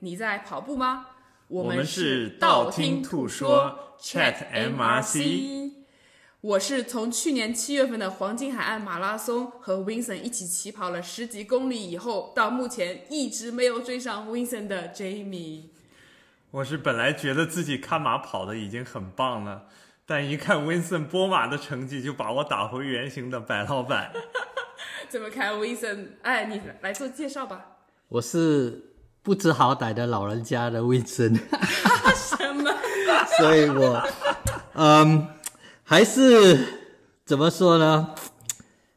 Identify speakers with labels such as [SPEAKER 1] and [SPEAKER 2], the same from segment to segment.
[SPEAKER 1] 你在跑步吗？我
[SPEAKER 2] 我
[SPEAKER 1] 们
[SPEAKER 2] 们
[SPEAKER 1] 是
[SPEAKER 2] 是
[SPEAKER 1] 道
[SPEAKER 2] 道听
[SPEAKER 1] 途
[SPEAKER 2] 途说
[SPEAKER 1] Chat
[SPEAKER 2] Chat
[SPEAKER 1] MRC
[SPEAKER 2] MRC。
[SPEAKER 1] 我是从去年七月份的黄金海岸马拉松和 Vincent 一起起跑了十几公里以后，到目前一直没有追上 Vincent 的 Jamie。
[SPEAKER 2] 我是本来觉得自己看马跑的已经很棒了，但一看 Winston 波马的成绩，就把我打回原形的白老板。
[SPEAKER 1] 怎么看 Vincent？哎，你来做介绍 吧。
[SPEAKER 3] 我是不知好歹的老人家的 Vincent，
[SPEAKER 1] 什么？
[SPEAKER 3] 所以我，嗯，还是怎么说呢？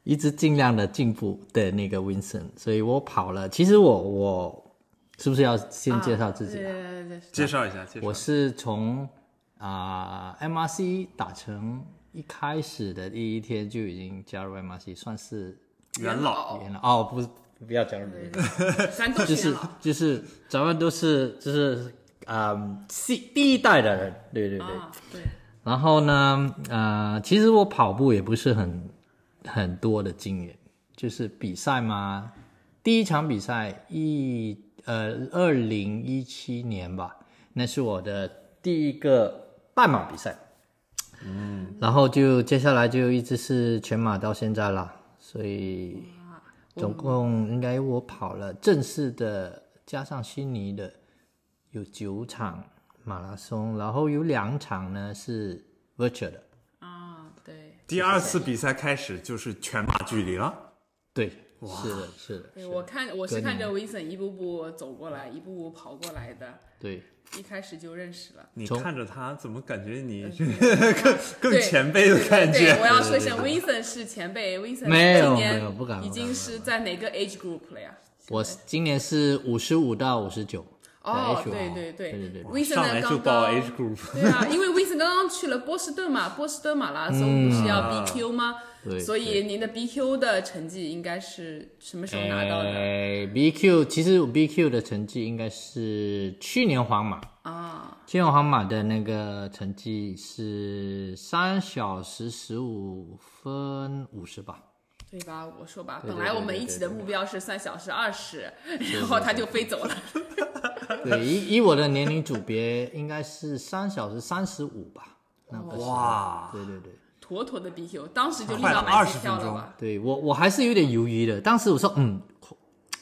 [SPEAKER 3] 一直尽量的进步的那个 Vincent，所以我跑了。其实我我是不是要先介绍自己、啊
[SPEAKER 1] 啊对对对对
[SPEAKER 2] 介绍一下，介绍
[SPEAKER 3] 我。是从啊、MRC 打成一开始的第一天就已经加入 MRC，算是
[SPEAKER 2] 元老，
[SPEAKER 3] 元老哦，不是不要加入元老，
[SPEAKER 1] 对，咱都
[SPEAKER 3] 就是是
[SPEAKER 1] 元老。
[SPEAKER 3] 就是咱们都是就是啊、系第一代的人，对对对。
[SPEAKER 1] 啊，对，
[SPEAKER 3] 然后呢，呃，其实我跑步也不是很很多的经验，就是比赛嘛，第一场比赛一呃二零一七年吧，那是我的第一个半马比赛，嗯，然后就接下来就一直是全马到现在啦，所以总共应该我跑了正式的加上悉尼的有九场马拉松，然后有两场呢是 virtual 的，
[SPEAKER 1] 啊，对，
[SPEAKER 2] 第二次比赛开始就是全马距离了。
[SPEAKER 3] 对，是的，是的，
[SPEAKER 1] 对我看我是看着 Vincent 一步步走过来，一步步跑过来的，
[SPEAKER 3] 对，
[SPEAKER 1] 一开始就认识了。
[SPEAKER 2] 你
[SPEAKER 3] 从
[SPEAKER 2] 看着他，怎么感觉 你更
[SPEAKER 1] 呃对
[SPEAKER 2] 更前辈的感
[SPEAKER 1] 对，
[SPEAKER 2] 觉？
[SPEAKER 1] 我要说一下，Vincent 是前辈，Vincent
[SPEAKER 3] 没有
[SPEAKER 1] 今
[SPEAKER 3] 没有不敢
[SPEAKER 1] 年
[SPEAKER 3] 不敢
[SPEAKER 1] 已经是在哪个 age group 了呀？
[SPEAKER 3] 我今年是五十五到五十九，
[SPEAKER 1] 哦，
[SPEAKER 3] 对
[SPEAKER 1] 对
[SPEAKER 3] H
[SPEAKER 1] 对
[SPEAKER 3] 对对对对
[SPEAKER 1] Vincent
[SPEAKER 2] 上来
[SPEAKER 1] 呢
[SPEAKER 2] 就
[SPEAKER 1] 刚
[SPEAKER 2] 报
[SPEAKER 1] 刚
[SPEAKER 2] H group，
[SPEAKER 1] 对啊，因为 Vincent 刚刚去了波士顿嘛，波士顿马拉松不是要
[SPEAKER 2] 啊
[SPEAKER 1] BQ 吗？
[SPEAKER 3] 对
[SPEAKER 1] 所以
[SPEAKER 3] 对
[SPEAKER 1] 您的 BQ 的成绩应该是什么时候拿到的？
[SPEAKER 3] 哎，BQ 其实我 BQ 的成绩应该是去年皇马，
[SPEAKER 1] 啊，
[SPEAKER 3] 去年皇马的那个成绩是三小时十五分五 十吧，
[SPEAKER 1] 对吧？我说吧，
[SPEAKER 3] 对对
[SPEAKER 1] 本来我
[SPEAKER 3] 对
[SPEAKER 1] 们
[SPEAKER 3] 对
[SPEAKER 1] 一起的目标是三小时二十，然后他就飞走了。
[SPEAKER 3] 对，以以我的年龄组别应该是三小时三十五吧，那个时候
[SPEAKER 2] 哇
[SPEAKER 3] 对对对。
[SPEAKER 1] 妥妥的 BQ，当时就立
[SPEAKER 2] 快
[SPEAKER 1] 马
[SPEAKER 2] 了
[SPEAKER 1] 买
[SPEAKER 2] 20
[SPEAKER 1] 机票了
[SPEAKER 2] 分钟
[SPEAKER 1] 吧？
[SPEAKER 3] 对我我还是有点犹豫的。当时我说，嗯，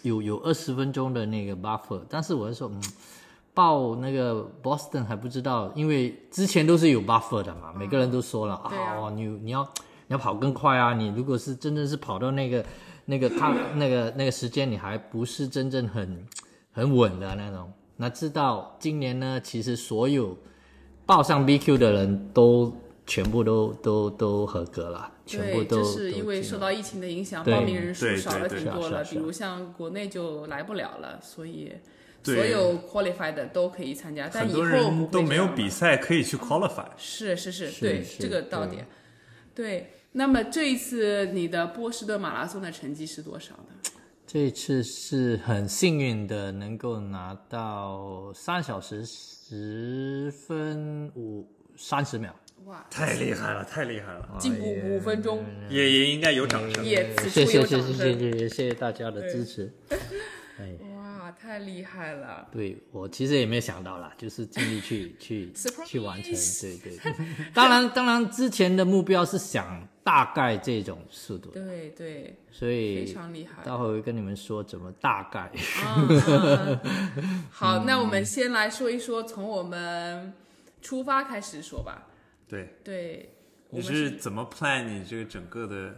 [SPEAKER 3] 有有二十分钟的那个 buffer，但是我是说，嗯，报那个 Boston 还不知道，因为之前都是有 buffer 的嘛，每个人都说了啊
[SPEAKER 1] 对啊
[SPEAKER 3] 哦，你你要你要跑更快啊，你如果是真正是跑到那个那个他那个那个时间，你还不是真正很很稳的那种。那知道今年呢，其实所有报上 BQ 的人都全部都都都合格了，全部
[SPEAKER 1] 对，
[SPEAKER 3] 都
[SPEAKER 1] 就是
[SPEAKER 3] 都
[SPEAKER 1] 因为
[SPEAKER 3] 进
[SPEAKER 1] 受
[SPEAKER 3] 了
[SPEAKER 1] 到疫情的影响，
[SPEAKER 3] 对
[SPEAKER 1] 报名人数
[SPEAKER 2] 对对
[SPEAKER 1] 少了
[SPEAKER 2] 对
[SPEAKER 1] 挺多
[SPEAKER 3] 是啊
[SPEAKER 1] 了，
[SPEAKER 3] 是
[SPEAKER 1] 比
[SPEAKER 3] 啊
[SPEAKER 1] 如像国内就来不了了，所以所
[SPEAKER 2] 对
[SPEAKER 1] 有 qualified 的都可以参加，但
[SPEAKER 2] 很
[SPEAKER 1] 以
[SPEAKER 2] 多
[SPEAKER 1] 后不
[SPEAKER 2] 人
[SPEAKER 1] 会
[SPEAKER 2] 都没有
[SPEAKER 1] 这样了
[SPEAKER 2] 比赛可以去 qualify。
[SPEAKER 1] 是是是，对
[SPEAKER 3] 是
[SPEAKER 1] 这个到
[SPEAKER 3] 对
[SPEAKER 1] 点。对，那么这一次你的波士顿马拉松的成绩是多少呢？
[SPEAKER 3] 这一次是很幸运的，能够拿到三小时十分五三十秒，
[SPEAKER 1] 哇，
[SPEAKER 2] 太厉害了，太厉害了！
[SPEAKER 1] 进步五分钟，
[SPEAKER 2] 也也应该有掌声。
[SPEAKER 1] 嗯也此
[SPEAKER 3] 谢
[SPEAKER 1] 处有
[SPEAKER 3] 谢谢
[SPEAKER 1] 掌
[SPEAKER 3] 谢谢
[SPEAKER 1] 声。
[SPEAKER 3] 谢谢谢大家的支持。
[SPEAKER 1] 哇，太厉害了！
[SPEAKER 3] 对我其实也没想到啦，就是尽 力去去
[SPEAKER 1] Surprise
[SPEAKER 3] 去完成，对对 对。当然当然，之前的目标是想大概这种速度，
[SPEAKER 1] 对对，
[SPEAKER 3] 所
[SPEAKER 1] 非
[SPEAKER 3] 以
[SPEAKER 1] 常厉害。
[SPEAKER 3] 待会儿会跟你们说怎么大概。
[SPEAKER 1] 好，那我们
[SPEAKER 3] 嗯
[SPEAKER 1] 先来说一说，从我们出发开始说吧。
[SPEAKER 2] 对，
[SPEAKER 1] 对，我
[SPEAKER 2] 你
[SPEAKER 1] 们
[SPEAKER 2] 是怎么 plan 你这个整个的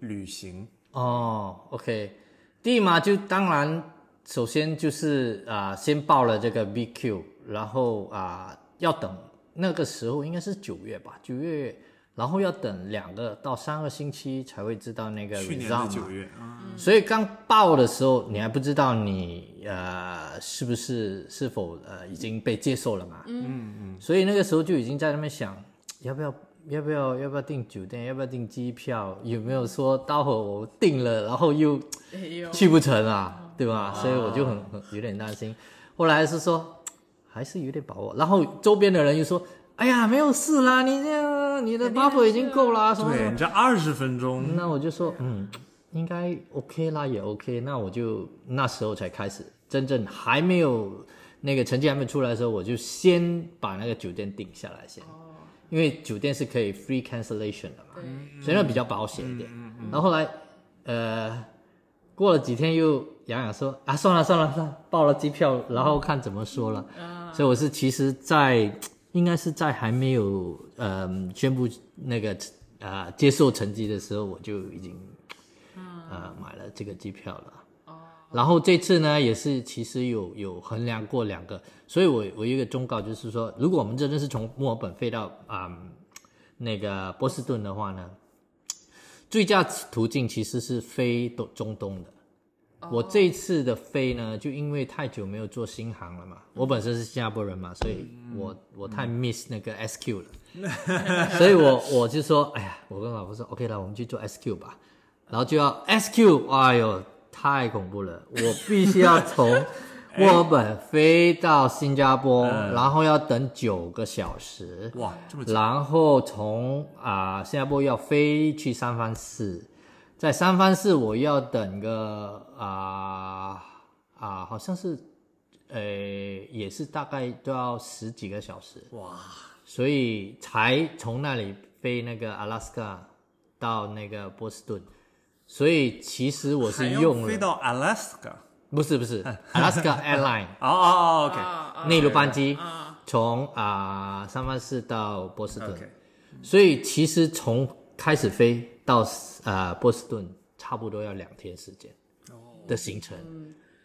[SPEAKER 2] 旅行？
[SPEAKER 3] 哦，OK，第一嘛，就当然首先就是啊、先报了这个 BQ，然后啊、要等那个时候应该是九月吧，九月，然后要等两个到三个星期才会知道那个
[SPEAKER 2] 去年的
[SPEAKER 3] result 嘛
[SPEAKER 2] 九月啊，
[SPEAKER 3] 所以刚报的时候，你还不知道你呃是不是是否呃已经被接受了嘛？嗯嗯。所以那个时候就已经在那边想，要不要要不要要不要订酒店，要不要订机票，有没有说待会我订了，然后又
[SPEAKER 1] 哎呦，
[SPEAKER 3] 去不成啊，对吧？所以我就很很有点担心。后来是说还是有点把握，然后周边的人又说，哎呀没有事啦，你这样你的
[SPEAKER 1] 肯定还
[SPEAKER 3] buffer 已经够啦，什
[SPEAKER 1] 哦
[SPEAKER 3] 么什么
[SPEAKER 2] 对，你这二十分钟，
[SPEAKER 3] 那我就说，嗯，应该 OK 啦，也 OK。那我就那时候才开始真正还没有那个成绩还没出来的时候，我就先把那个酒店定下来先，因为酒店是可以 free cancellation 的嘛，
[SPEAKER 1] 对，
[SPEAKER 3] 所以那比较保险一点。然后后来，呃，过了几天又洋洋说啊，算了算了算了，报了机票，然后看怎么说了。所以我是其实在，应该是在还没有呃宣布那个呃接受成绩的时候，我就已经呃买了这个机票了。然后这次呢，也是其实有有衡量过两个，所以我我有一个忠告就是说，如果我们真的是从墨尔本飞到啊、嗯那个波士顿的话呢，最佳途径其实是飞东中东的。我这一次的飞呢，就因为太久没有做新航了嘛，我本身是新加坡人嘛，所以我我太 miss 那个 SQ 了，所以我我就说，哎呀，我跟老婆说，OK 了，我们去做 SQ 吧，然后就要 SQ，哎呦，太恐怖了，我必须要从墨尔本飞到新加坡，然后要等九个小时，
[SPEAKER 2] 哇，这么久啊
[SPEAKER 3] 然后从啊、新加坡要飞去三藩市，在三藩市我要等个啊啊、好像是，呃，也是大概都要十几个小时，
[SPEAKER 2] 哇，
[SPEAKER 3] 所以才从那里飞那个阿拉斯加到那个波士顿，所以其实我是
[SPEAKER 2] 还要
[SPEAKER 3] 用
[SPEAKER 2] 飞
[SPEAKER 3] 了，
[SPEAKER 2] 到 Alaska。
[SPEAKER 3] 不是不 是 Alaska Airline
[SPEAKER 2] 哦哦哦
[SPEAKER 1] 啊
[SPEAKER 3] 内陆班机
[SPEAKER 1] 啊，
[SPEAKER 3] 从啊、三藩市到波士顿。
[SPEAKER 2] ，OK，OK，
[SPEAKER 3] 所以其实从开始飞到呃波士顿，差不多要两天时间的行程，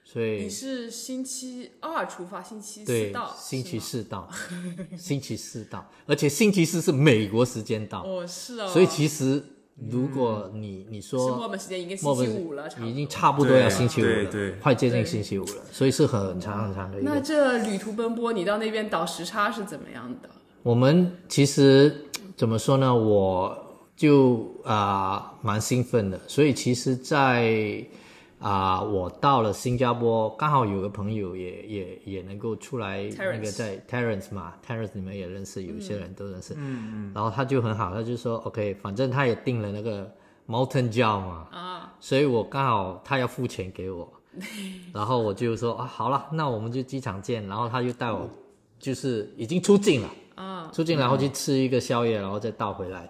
[SPEAKER 3] 所
[SPEAKER 1] 哦嗯你
[SPEAKER 3] 以
[SPEAKER 1] 是星期二出发，星期四
[SPEAKER 3] 对
[SPEAKER 1] 到，
[SPEAKER 3] 星期
[SPEAKER 1] 是
[SPEAKER 3] 四到， 星期四到，而且星期四是美国时间
[SPEAKER 1] 吗。
[SPEAKER 3] 到，
[SPEAKER 1] 哦，是哦。
[SPEAKER 3] 所以其实如果你你
[SPEAKER 1] 是墨尔
[SPEAKER 3] 说
[SPEAKER 1] 本时间已经
[SPEAKER 3] 墨
[SPEAKER 1] 星
[SPEAKER 3] 尔
[SPEAKER 1] 期
[SPEAKER 3] 本
[SPEAKER 1] 五了，差不多
[SPEAKER 3] 已经差不多要
[SPEAKER 2] 对啊
[SPEAKER 3] 星期五
[SPEAKER 2] 对
[SPEAKER 3] 了，
[SPEAKER 2] 对
[SPEAKER 3] 快接近
[SPEAKER 1] 对
[SPEAKER 3] 星期五了，所以是很长很长的一
[SPEAKER 1] 那
[SPEAKER 3] 个。
[SPEAKER 1] 这旅途奔波，你到那边倒时差是怎么样的？
[SPEAKER 3] 我们其实怎么说呢？我就啊、蛮兴奋的，所以其实在，啊我到了新加坡，刚好有个朋友也也也能够出来，那个
[SPEAKER 1] Terence
[SPEAKER 3] 在 Terence 嘛，Terence 你们也认识，有一些人都认识，嗯嗯，然后他就很好，他就说 OK，反正他也订了那个 Mountain Job 嘛，
[SPEAKER 1] 啊，
[SPEAKER 3] 所以我刚好他要付钱给 我，然后我就说啊，好了，那我们就机场见。然后他就带我，就是已经出境了，啊，出境然后去吃一个宵夜，然后再倒回来。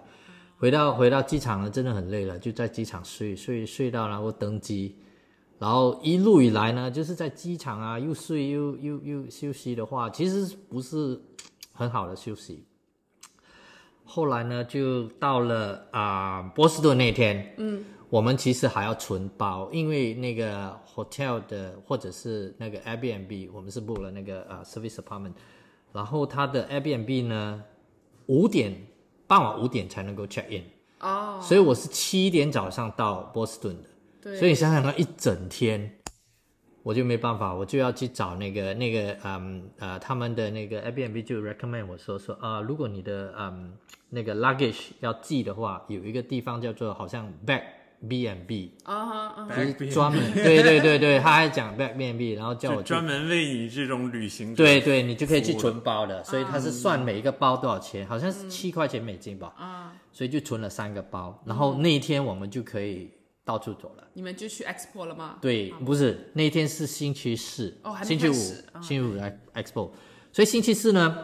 [SPEAKER 3] 回到回到机场了，真的很累了，就在机场睡睡睡到然后登机，然后一路以来呢，就是在机场啊又睡又又又休息的话，其实不是很好的休息。后来呢，就到了啊、波士顿那天，我们其实还要存包，因为那个 hotel 的或者是那个 Airbnb，我们是 book 了那个呃 service apartment，然后它的 Airbnb 呢，五点傍晚五点才能够 check in，
[SPEAKER 1] 哦，
[SPEAKER 3] 所以我是七点早上到波士顿的，
[SPEAKER 1] 对，
[SPEAKER 3] 所以你想想看，一整天我就没办法，我就要去找那个那个嗯呃他们的那个 Airbnb 就 recommend 我说说啊、如果你的嗯那个 luggage 要寄的话，有一个地方叫做好像 back B and B，
[SPEAKER 1] 啊哈啊哈，
[SPEAKER 3] 就是
[SPEAKER 2] Airbnb
[SPEAKER 3] 专门对对对对，他还讲 back B and B，然后叫
[SPEAKER 2] 就
[SPEAKER 3] 我去
[SPEAKER 2] 专门为你这种旅行者
[SPEAKER 3] 对对，你就可以去
[SPEAKER 2] 服务
[SPEAKER 3] 存包的，所以它是算每一个包多少钱，好像是七块钱美金吧，
[SPEAKER 1] 啊，
[SPEAKER 3] 所以就存了三个包，然后那一天我们就可以到处走了。
[SPEAKER 1] 你们就去 expo 了吗？
[SPEAKER 3] 对，不是那天是星期四，
[SPEAKER 1] 啊哦还没
[SPEAKER 3] 星期五，
[SPEAKER 1] 开始啊
[SPEAKER 3] 星期五来 expo，所以星期四呢，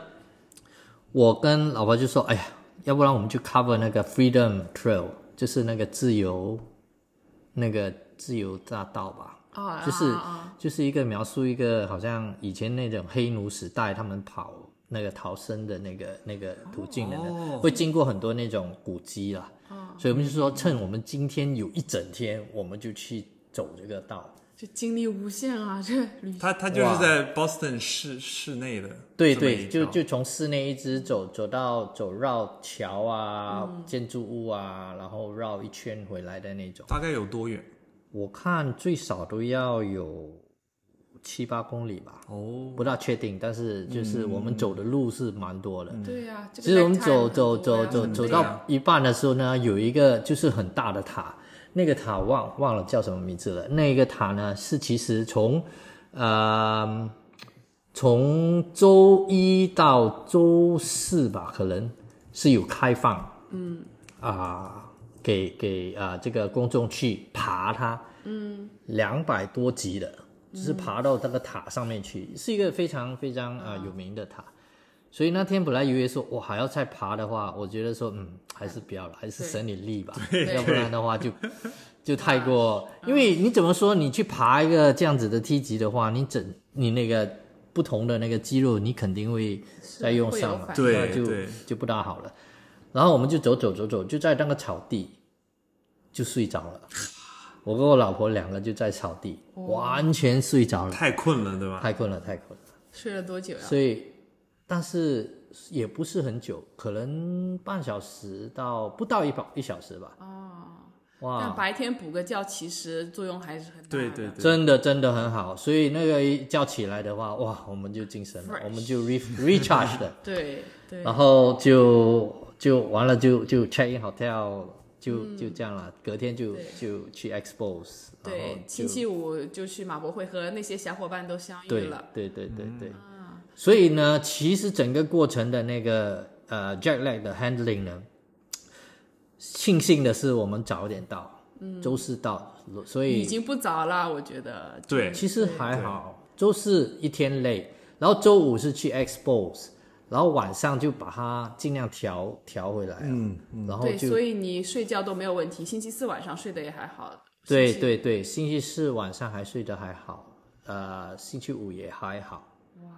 [SPEAKER 3] 我跟老婆就说，哎呀，要不然我们就 cover 那个 Freedom Trail，就是那个自由，那个自由大道吧，
[SPEAKER 1] 啊，
[SPEAKER 3] 就
[SPEAKER 1] 啊
[SPEAKER 3] 是
[SPEAKER 1] 啊啊
[SPEAKER 3] 就是一个描述一个好像以前那种黑奴时代他们跑那个逃生的那个那个途径的呢，会经过很多那种古迹啦。所以我们就说，趁我们今天有一整天，我们就去走这个道。
[SPEAKER 1] 这精力无限啊，这旅
[SPEAKER 2] 他他就是在 Boston 市市内的这么
[SPEAKER 3] 对
[SPEAKER 2] 一条，
[SPEAKER 3] 对，就就从室内一直走走到走绕桥啊、建筑物啊，然后绕一圈回来的那种。
[SPEAKER 2] 大概有多远？
[SPEAKER 3] 我看最少都要有七八公里吧，
[SPEAKER 2] 哦，
[SPEAKER 3] 不大确定，但是就是我们走的路是蛮多的。
[SPEAKER 1] 对呀，这个
[SPEAKER 3] 其实我们
[SPEAKER 1] nighttime
[SPEAKER 3] 走
[SPEAKER 1] 很多
[SPEAKER 3] 走走
[SPEAKER 1] 呀
[SPEAKER 3] 走
[SPEAKER 1] 很
[SPEAKER 3] 走
[SPEAKER 1] 累啊
[SPEAKER 3] 到一半的时候呢，有一个就是很大的塔，那个塔忘忘了叫什么名字了。那个塔呢是其实从，呃，从周一到周四吧，可能是有开放，嗯啊、给给啊、这个公众去爬它，嗯，两百多级的就是爬到那个塔上面去，是一个非常非常呃有名的塔。所以那天本来以为说，我还要再爬的话，我觉得说，嗯，还是不要了，还是省点力吧，要不然的话就就太过，因为你怎么说，你去爬一个这样子的梯级的话，你整你那个不同的那个肌肉，你肯定会再用上嘛，
[SPEAKER 2] 对
[SPEAKER 3] 那就就不大好了。然后我们就走走走走，就在那个草地就睡着了。我跟我老婆两个就在草地，完全睡着了，
[SPEAKER 2] 太困了，对吧？
[SPEAKER 3] 太困了，太困了。
[SPEAKER 1] 睡了多久呀、
[SPEAKER 3] 所以，但是也不是很久，可能半小时到不到一保一小时吧。
[SPEAKER 1] 但
[SPEAKER 3] 哇，
[SPEAKER 1] 白天补个觉其实作用还是很大的。
[SPEAKER 2] 啊对对对
[SPEAKER 3] 真的真的很好。所以那个一叫起来的话，哇，我们就精神了
[SPEAKER 1] Fresh，
[SPEAKER 3] 我们就 re recharge 的，
[SPEAKER 1] 对 对
[SPEAKER 2] 啊
[SPEAKER 3] 然后就就完了就，就 check in hotel，就、就这样了。隔天
[SPEAKER 1] 嗯
[SPEAKER 3] 就
[SPEAKER 1] 对
[SPEAKER 3] 就去 expose，然后
[SPEAKER 1] 对，
[SPEAKER 3] 就
[SPEAKER 1] 星期五就去马博会和那些小伙伴都相遇
[SPEAKER 3] 对
[SPEAKER 1] 了。啊
[SPEAKER 3] 对对对对。所以呢，其实整个过程的那个呃 jet lag 的 handling 呢，庆幸的是我们早一点到，周四到，所
[SPEAKER 1] 嗯已
[SPEAKER 3] 以
[SPEAKER 1] 经不早了，我觉得。
[SPEAKER 2] 对
[SPEAKER 3] 其实还好。周四一天累，然后周五是去 expose，然后晚上就把它尽量调调回来，嗯，然后
[SPEAKER 1] 对，
[SPEAKER 3] 就
[SPEAKER 1] 所以你睡觉都没有问题，星期四晚上睡得也还好。
[SPEAKER 3] 对
[SPEAKER 1] 星期
[SPEAKER 3] 对对，星期四晚上还睡得还好，呃，星期五也还好，哇，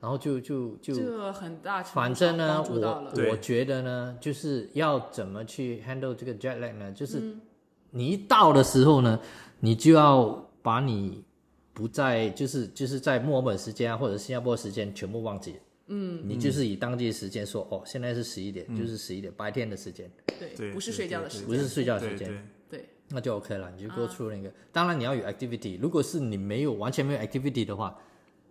[SPEAKER 3] 然后就就就
[SPEAKER 1] 这很大程度
[SPEAKER 3] 反正呢，
[SPEAKER 1] 帮助到
[SPEAKER 3] 我
[SPEAKER 1] 了
[SPEAKER 2] 对
[SPEAKER 3] 我觉得呢，就是要怎么去 handle 这个 jet lag 呢？就是
[SPEAKER 1] 嗯
[SPEAKER 3] 你一到的时候呢，你就要把你不在就是就是在墨尔本时间啊，或者新加坡时间全部忘记。嗯，你就是以当地时间说，哦，现在是十一点，就是十一点，白天的时间，
[SPEAKER 1] 对
[SPEAKER 2] 对
[SPEAKER 1] 不是
[SPEAKER 2] 对
[SPEAKER 1] 睡觉
[SPEAKER 2] 对
[SPEAKER 1] 的时间，
[SPEAKER 3] 不是睡觉的
[SPEAKER 2] 对
[SPEAKER 3] 时间，
[SPEAKER 2] 对，
[SPEAKER 1] 对
[SPEAKER 3] 那就 OK 了，你就
[SPEAKER 1] 啊
[SPEAKER 3] go through 那个。当然你要有 activity，如果是你没有完全没有 activity 的话，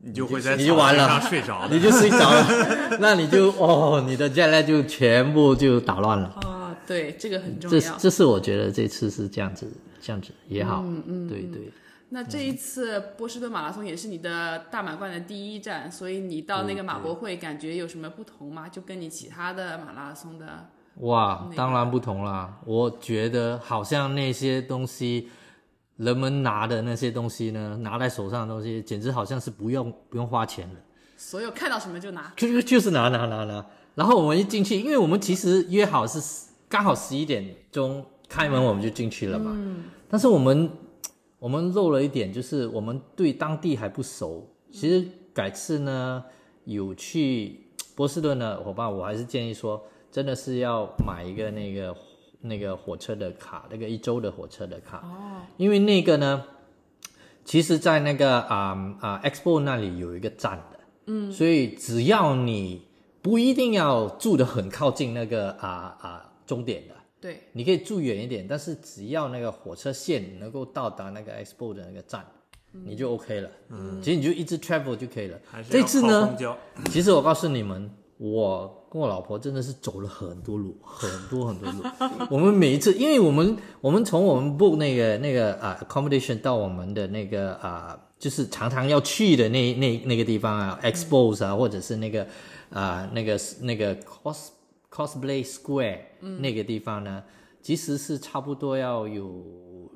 [SPEAKER 2] 你就会在
[SPEAKER 3] 你就完了
[SPEAKER 2] 草地上睡着的
[SPEAKER 3] 你。就睡着 了，那你就哦，你的 jet lag 就全部就打乱了。
[SPEAKER 1] 啊，对这个很重
[SPEAKER 3] 这是
[SPEAKER 1] 要。
[SPEAKER 3] 这是我觉得这次是这样子，这样子也好，嗯嗯，对对
[SPEAKER 1] 那这一次波士顿马拉松也是你的大满贯的第一站，所以你到那个马博会感觉有什么不同吗？就跟你其他的马拉松的，
[SPEAKER 3] 哇，当然不同啦。我觉得好像那些东西，人们拿的那些东西呢，拿在手上的东西，简直好像是不用不用花钱的，
[SPEAKER 1] 所有看到什么就拿。
[SPEAKER 3] 就就就是拿拿拿拿。然后我们一进去，因为我们其实约好是刚好十一点钟开门，我们就进去了嘛。嗯。但是我们我们漏了一点，就是我们对当地还不熟。其实改次呢，有去波士顿的伙伴，我还是建议说，真的是要买一个那个那个火车的卡，那个一周的火车的卡。哦。因为那个呢，其实，在那个啊啊、Expo 那里有一个站的。嗯。所以只要你不一定要住得很靠近那个啊啊终点的，
[SPEAKER 1] 对，
[SPEAKER 3] 你可以住远一点，但是只要那个火车线能够到达那个 Expo 的那个站，你就 OK 了。嗯，其实你就一直 travel 就可以了
[SPEAKER 2] 还。是
[SPEAKER 3] 这
[SPEAKER 2] 要
[SPEAKER 3] 次
[SPEAKER 2] 靠
[SPEAKER 3] 呢
[SPEAKER 2] 公，交
[SPEAKER 3] 其实我告诉你们，我跟我老婆真的是走了很多路，很多很多路。 我们每一次，因为我们我们从我们 book 那个那个啊、accommodation 到我们的那个啊、就是常常要去的那那那个地方啊，expose 啊，或者是那个啊、那个那个 cos cosplay square、那个地方呢，其实是差不多要有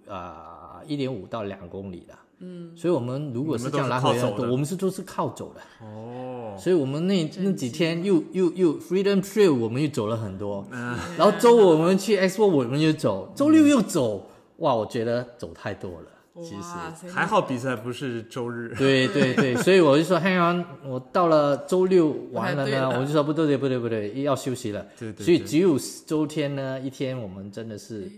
[SPEAKER 3] 啊一点五到两公里的。嗯，所以我们如果
[SPEAKER 2] 你
[SPEAKER 3] 是
[SPEAKER 2] 们都
[SPEAKER 3] 这样
[SPEAKER 2] 是
[SPEAKER 3] 来
[SPEAKER 2] 靠
[SPEAKER 3] 回来
[SPEAKER 2] 走的
[SPEAKER 3] 我们是都是靠走的。
[SPEAKER 2] 哦，
[SPEAKER 3] 所以我们那那几天
[SPEAKER 1] 啊
[SPEAKER 3] 又又又 Freedom Trail 我们又走了很多，
[SPEAKER 2] 嗯
[SPEAKER 3] 然后周五我们去 Expo 我们又走，周六又走，哇，我觉得走太多了，其实。
[SPEAKER 1] 哇塞，
[SPEAKER 2] 还好比赛不是周日。
[SPEAKER 3] 对 对对，所以我就说 Hang on，我到了周六完了
[SPEAKER 1] 不太对
[SPEAKER 3] 呢，
[SPEAKER 1] 了
[SPEAKER 3] 我就说不对不对不对，要休息了。
[SPEAKER 2] 对对对
[SPEAKER 3] 所以只有周天呢，一天我们真的是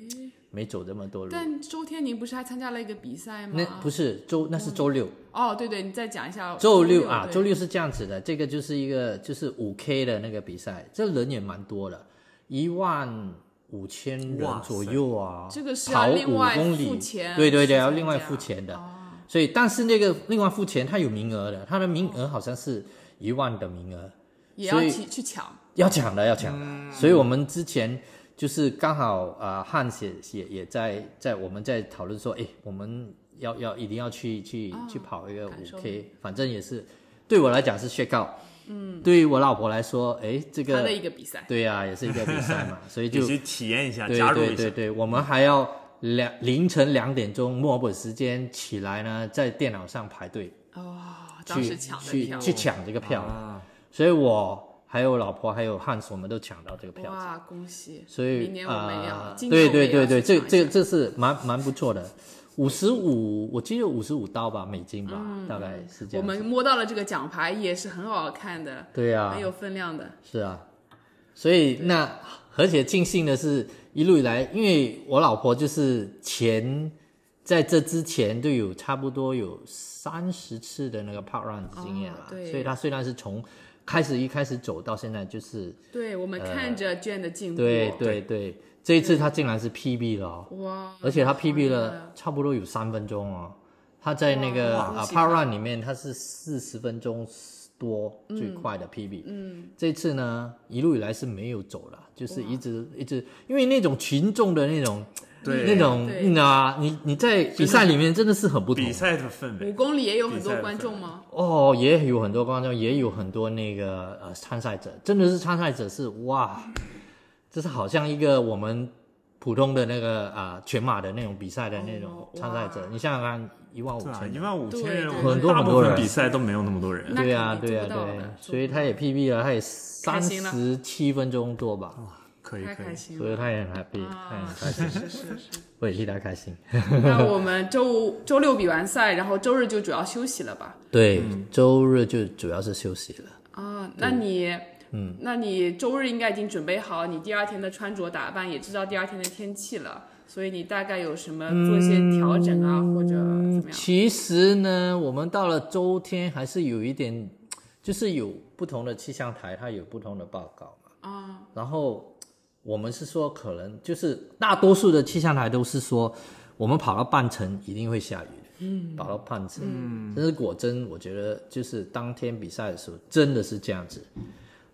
[SPEAKER 3] 没走这么多路。
[SPEAKER 1] 但周天宁不是还参加了一个比赛吗？
[SPEAKER 3] 那不是周，那是周六。
[SPEAKER 1] 哦，对对，你再讲一下
[SPEAKER 3] 周六啊，
[SPEAKER 1] 对
[SPEAKER 3] 周六是这样子的，这个就是一个就是五 K 的那个比赛，这人也蛮多的，一万五千人
[SPEAKER 2] 哇塞
[SPEAKER 3] 左右啊，
[SPEAKER 1] 这个是要
[SPEAKER 3] 跑
[SPEAKER 1] 另
[SPEAKER 3] 五
[SPEAKER 1] 外
[SPEAKER 3] 公
[SPEAKER 1] 付
[SPEAKER 3] 里
[SPEAKER 1] 钱，
[SPEAKER 3] 对对
[SPEAKER 1] 去
[SPEAKER 3] 对，要
[SPEAKER 1] 参
[SPEAKER 3] 另外
[SPEAKER 1] 加
[SPEAKER 3] 付钱的，
[SPEAKER 1] 哦
[SPEAKER 3] 所以但是那个另外付钱，它有名额的，它的名额好像是一万的名额，
[SPEAKER 1] 也
[SPEAKER 3] 所
[SPEAKER 1] 要
[SPEAKER 3] 以
[SPEAKER 1] 去去抢。
[SPEAKER 3] 要抢的，要抢的。所以我们之前就是刚好啊、呃，汉也也也在在我们在讨论说，诶，我们要要一定要去去、去跑一个
[SPEAKER 1] 感受
[SPEAKER 3] 五 K，反正也是对我来讲是 shake out，嗯，对于我老婆来说，诶，这
[SPEAKER 1] 他的
[SPEAKER 3] 个
[SPEAKER 1] 一个比赛，
[SPEAKER 3] 对呀、也是一个比赛嘛，所以就
[SPEAKER 2] 必须体验一下，
[SPEAKER 3] 对
[SPEAKER 2] 加入
[SPEAKER 3] 对
[SPEAKER 2] 一下
[SPEAKER 3] 对。对，我们还要两凌晨两点钟墨尔本时间起来呢，在电脑上排队
[SPEAKER 1] 哦，当时
[SPEAKER 3] 去
[SPEAKER 1] 抢的
[SPEAKER 3] 去
[SPEAKER 1] 票，
[SPEAKER 3] 去抢这个票，
[SPEAKER 2] 啊，
[SPEAKER 3] 所以我还有老婆还有汉斯，我们都抢到这个票。
[SPEAKER 1] 哇，恭喜！
[SPEAKER 3] 所以
[SPEAKER 1] 明年我们也要，
[SPEAKER 3] 呃
[SPEAKER 1] 今年
[SPEAKER 3] 对
[SPEAKER 1] 我们
[SPEAKER 3] 对
[SPEAKER 1] 也要
[SPEAKER 3] 对对，
[SPEAKER 1] 去
[SPEAKER 3] 这
[SPEAKER 1] 抢一
[SPEAKER 3] 这
[SPEAKER 1] 下
[SPEAKER 3] 这是蛮蛮不错的，五十五，我记得五十五刀吧，美金吧，大概是
[SPEAKER 1] 嗯我
[SPEAKER 3] 这样。
[SPEAKER 1] 们摸到了这个奖牌，也是很好看的，
[SPEAKER 3] 对呀、
[SPEAKER 1] 很有分量的。
[SPEAKER 3] 是啊，所以那而且庆幸的是，一路以来，因为我老婆就是前在这之前都有差不多有三十次的那个 park run 的经验了
[SPEAKER 1] 哦，对
[SPEAKER 3] 所以她虽然是从开始一开始走到现在，就是
[SPEAKER 1] 对，我们看着卷的进步，
[SPEAKER 3] 对对对，这一次她竟然是 PB 了、哦。
[SPEAKER 1] 哇，
[SPEAKER 3] 而且他
[SPEAKER 1] 嗯好
[SPEAKER 3] PB
[SPEAKER 1] 厉害啊
[SPEAKER 3] 了差不多有三分钟哦。他在那个
[SPEAKER 1] 哇恭
[SPEAKER 3] 啊 p
[SPEAKER 1] 喜
[SPEAKER 3] a
[SPEAKER 1] 他
[SPEAKER 3] r u n 里面，他是四十分钟多最快的 PB。嗯，这次呢一路以来是没有走了，就是一直一直，因为那种群众的那种
[SPEAKER 2] 对
[SPEAKER 3] 那种
[SPEAKER 1] 对
[SPEAKER 3] 嗯啊，你你在比赛里面真的是很不同
[SPEAKER 2] 比。赛的氛围
[SPEAKER 1] 五公里也有很
[SPEAKER 2] 比赛
[SPEAKER 1] 多
[SPEAKER 2] 的
[SPEAKER 1] 观众吗？
[SPEAKER 3] 哦，也有很多观众，也有很多那个呃参赛者，真的是参赛者是哇，这是好像一个我们普通的那个啊、呃全马的那种比赛的那种
[SPEAKER 1] 哦
[SPEAKER 3] 参赛者，
[SPEAKER 1] 哇
[SPEAKER 3] 你想想看，一万五
[SPEAKER 2] 对啊，
[SPEAKER 3] 千
[SPEAKER 2] 一，万五千
[SPEAKER 1] 对
[SPEAKER 2] 人，
[SPEAKER 1] 对
[SPEAKER 2] 我们
[SPEAKER 3] 很多
[SPEAKER 2] 大
[SPEAKER 3] 很
[SPEAKER 2] 部
[SPEAKER 3] 多
[SPEAKER 2] 分
[SPEAKER 3] 人
[SPEAKER 2] 比赛都没有那么多人。
[SPEAKER 1] 那
[SPEAKER 3] 对啊
[SPEAKER 1] 肯定
[SPEAKER 3] 对啊
[SPEAKER 1] 做不到的做不
[SPEAKER 3] 对，
[SPEAKER 1] 到
[SPEAKER 3] 所以他也 PB 了，他也三
[SPEAKER 1] 心了
[SPEAKER 3] 十七分钟多吧，
[SPEAKER 2] 可以
[SPEAKER 1] 太
[SPEAKER 2] 可
[SPEAKER 1] 开
[SPEAKER 2] 以，
[SPEAKER 1] 心
[SPEAKER 3] 所以
[SPEAKER 1] 了
[SPEAKER 3] 他也很 happy，、他也
[SPEAKER 1] 啊！
[SPEAKER 3] 很开
[SPEAKER 1] 是是
[SPEAKER 3] 心，
[SPEAKER 1] 是是是。
[SPEAKER 3] 我也替他开心。
[SPEAKER 1] 啊那我们周五周六比完赛，然后周日就主要休息了吧？
[SPEAKER 3] 对，
[SPEAKER 2] 嗯
[SPEAKER 3] 周日就主要是休息了。
[SPEAKER 1] 啊，那你，嗯，那你周日应该已经准备好你第二天的穿着打扮，也知道第二天的天气了，所以你大概有什么做一些调整啊，
[SPEAKER 3] 嗯
[SPEAKER 1] 或者怎么样？
[SPEAKER 3] 其实呢，我们到了周天还是有一点，就是有不同的气象台，它有不同的报告嘛。
[SPEAKER 1] 哦
[SPEAKER 3] 啊、然后我们是说，可能就是大多数的气象台都是说，我们跑到半程一定会下雨。嗯，跑到半程，嗯，但是果真，我觉得就是当天比赛的时候真的是这样子。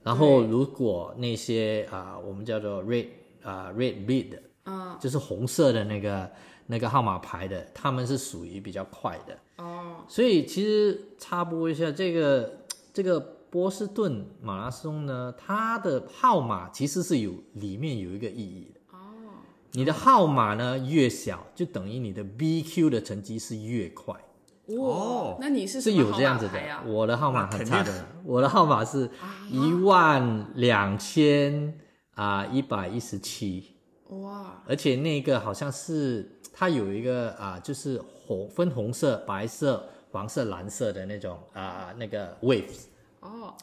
[SPEAKER 3] 然后如果那些啊、我们叫做 red 啊、red bid 啊，就是红色的那个那个号码牌的，他们是属于比较快的。
[SPEAKER 1] 哦，
[SPEAKER 3] 所以其实插播一下，这个这个波士顿马拉松呢，它的号码其实是有里面有一个意义的。哦，你的号码呢越小，就等于你的 BQ 的成绩是越快，
[SPEAKER 2] 哦
[SPEAKER 1] 那你是什
[SPEAKER 3] 是
[SPEAKER 1] 么
[SPEAKER 3] 有
[SPEAKER 1] 号
[SPEAKER 3] 这样
[SPEAKER 1] 码
[SPEAKER 3] 子
[SPEAKER 1] 牌啊
[SPEAKER 3] 的
[SPEAKER 1] 呀。
[SPEAKER 3] 我的号码
[SPEAKER 2] 那
[SPEAKER 3] 很
[SPEAKER 2] 肯
[SPEAKER 3] 差
[SPEAKER 2] 定
[SPEAKER 3] 的，我的号码是一万两千啊一百一十七。
[SPEAKER 1] 哇，
[SPEAKER 3] 而且那个好像是它有一个啊、就是红分红色、白色、黄色、蓝色的那种啊、那个 waves。
[SPEAKER 1] 哦，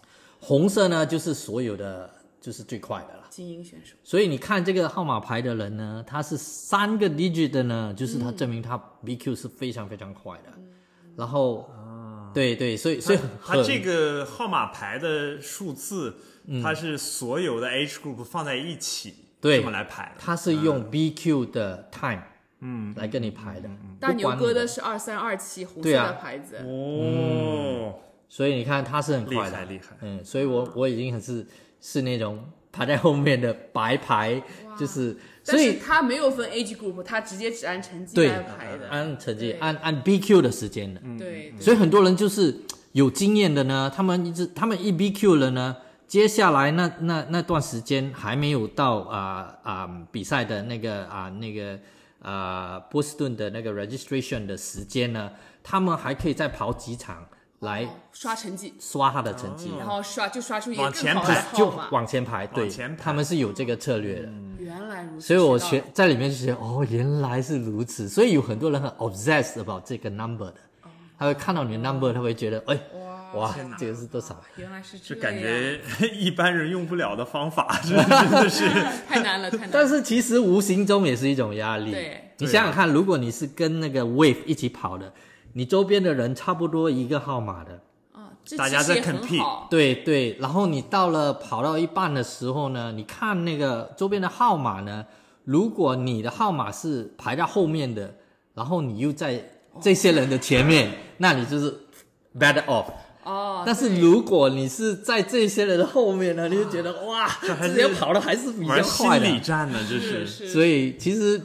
[SPEAKER 3] 红色呢就是所有的就是最快的了。
[SPEAKER 1] 精英选手，
[SPEAKER 3] 所以你看这个号码牌的人呢，他是三个 digit 的呢，就是他证明他 BQ 是非常非常快的。然后，对对，所以所以
[SPEAKER 2] 它
[SPEAKER 3] 很嗯
[SPEAKER 2] 这个号码牌的数字，它是所有的 H group 放在一起
[SPEAKER 3] 对
[SPEAKER 2] 这么来排的。
[SPEAKER 3] 他是用 BQ 的 time 啊嗯来跟你排的。
[SPEAKER 1] 大
[SPEAKER 3] 不
[SPEAKER 1] 牛
[SPEAKER 3] 管
[SPEAKER 1] 哥
[SPEAKER 3] 你
[SPEAKER 1] 的是二三二七红色
[SPEAKER 3] 对啊
[SPEAKER 1] 的牌子，
[SPEAKER 2] 哦，
[SPEAKER 3] 所以你看他是很快的，
[SPEAKER 2] 厉害厉害
[SPEAKER 3] 嗯，所以我我已经很是是那种排在后面的白牌，就是
[SPEAKER 1] 但
[SPEAKER 3] 所
[SPEAKER 1] 是
[SPEAKER 3] 以
[SPEAKER 1] 他没有分 age group，他直接只按成绩
[SPEAKER 3] 对嗯
[SPEAKER 1] 来排的。
[SPEAKER 3] 按成
[SPEAKER 1] 对
[SPEAKER 3] 绩
[SPEAKER 1] 嗯
[SPEAKER 3] 按按 BQ 的时间的，
[SPEAKER 1] 对，
[SPEAKER 3] 所以很多人就是有经验的呢，他们一直他们一 BQ 了呢，接下来那那那段时间还没有到啊啊、比赛的那个啊、那个啊、波士顿的那个 registration 的时间呢，他们还可以再跑几场来
[SPEAKER 1] 哦刷成绩，
[SPEAKER 3] 刷他的成绩。
[SPEAKER 1] 然后刷就刷出一个
[SPEAKER 2] 往
[SPEAKER 1] 更
[SPEAKER 2] 前
[SPEAKER 1] 好
[SPEAKER 2] 排
[SPEAKER 1] 的
[SPEAKER 3] 就
[SPEAKER 1] 号码。
[SPEAKER 3] 往前排，对，
[SPEAKER 2] 前排
[SPEAKER 3] 他们是有这个策略的，
[SPEAKER 1] 原来如此，
[SPEAKER 3] 所以我
[SPEAKER 1] 学
[SPEAKER 3] 学
[SPEAKER 1] 到了
[SPEAKER 3] 在里面就觉得哦，原来是如此，所以有很多人很 obsessed about 这个 number 的，
[SPEAKER 1] 哦
[SPEAKER 3] 他会看到你的 number，他会觉得哎，哇，这个是多少？
[SPEAKER 1] 原来是这
[SPEAKER 2] 就
[SPEAKER 1] 样，
[SPEAKER 2] 感觉 一般人用不了的方法， 真的是
[SPEAKER 1] 太难了，太难
[SPEAKER 3] 但
[SPEAKER 1] 了。
[SPEAKER 3] 是其实无形中也是一种压力
[SPEAKER 1] 对。
[SPEAKER 3] 你想想看，如果你是跟那个 wave 一起跑的，你周边的人差不多一个号码的，
[SPEAKER 1] 啊，这
[SPEAKER 2] 大
[SPEAKER 1] 其
[SPEAKER 2] 家
[SPEAKER 1] 实
[SPEAKER 2] 在
[SPEAKER 1] 也很
[SPEAKER 2] compete
[SPEAKER 1] 好，
[SPEAKER 3] 对对，然后你到了跑到一半的时候呢，你看那个周边的号码呢，如果你的号码是排在后面的，然后你又在这些人的前面，那你就是 better off。
[SPEAKER 1] 哦，
[SPEAKER 3] 但是如果你是在这些人的后面呢，你就
[SPEAKER 1] 哦
[SPEAKER 3] 觉得哇，
[SPEAKER 2] 还
[SPEAKER 3] 这
[SPEAKER 2] 是
[SPEAKER 3] 些跑的还是比较
[SPEAKER 2] 玩
[SPEAKER 3] 快
[SPEAKER 2] 心
[SPEAKER 3] 的
[SPEAKER 2] 理。战呢，这
[SPEAKER 1] 是
[SPEAKER 2] 是。
[SPEAKER 1] 是，
[SPEAKER 3] 所以其实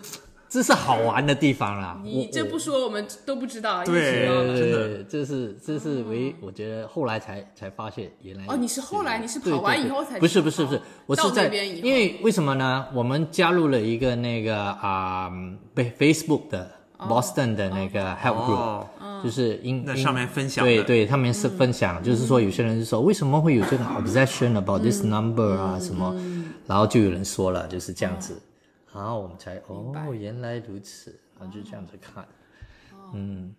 [SPEAKER 3] 这是好玩的地方啦。
[SPEAKER 1] 你
[SPEAKER 3] 我
[SPEAKER 1] 这
[SPEAKER 3] 我
[SPEAKER 1] 不说我们都不知道，因
[SPEAKER 2] 对
[SPEAKER 1] 为
[SPEAKER 3] 对
[SPEAKER 1] 知道了。
[SPEAKER 3] 对
[SPEAKER 2] 真
[SPEAKER 3] 对
[SPEAKER 2] 的
[SPEAKER 3] 对，这是这是唯我觉得后来才才发现原来
[SPEAKER 1] 哦你是后来你是跑
[SPEAKER 3] 对对
[SPEAKER 1] 完
[SPEAKER 3] 对
[SPEAKER 1] 以后才
[SPEAKER 3] 不是
[SPEAKER 1] 知
[SPEAKER 3] 不是
[SPEAKER 1] 道
[SPEAKER 3] 不是，我
[SPEAKER 1] 到
[SPEAKER 3] 是
[SPEAKER 1] 那
[SPEAKER 3] 在
[SPEAKER 1] 边以后
[SPEAKER 3] 因为为什么呢？我们加入了一个那个啊、嗯被 Facebook 的
[SPEAKER 1] 哦
[SPEAKER 3] Boston 的那个 Help Group，、
[SPEAKER 2] 哦，
[SPEAKER 1] 嗯
[SPEAKER 3] 就是因
[SPEAKER 2] 那
[SPEAKER 3] 因
[SPEAKER 2] 上面分享的
[SPEAKER 3] 对对，他们是分享，就是说有些人就说为什么会有这个 obsession about this number 啊、什么，然后就有人说了就是这样子，然后我们才哦原来如此，然后就这样子看。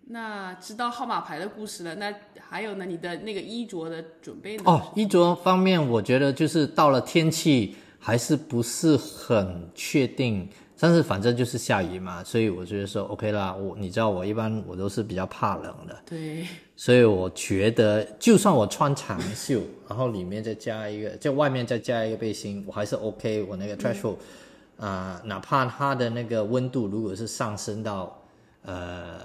[SPEAKER 1] 那知道号码牌的故事了，那还有呢？你的那个衣着的准备呢？
[SPEAKER 3] 哦，衣着方面，我觉得就是到了天气还是不是很确定，但是反正就是下雨嘛，所以我觉得说 OK 啦。我你知道我一般我都是比较怕冷的，
[SPEAKER 1] 对，
[SPEAKER 3] 所以我觉得就算我穿长袖，然后里面再加一个，在外面再加一个背心，我还是 OK。我那个 threshold 啊、哪怕它的那个温度如果是上升到呃，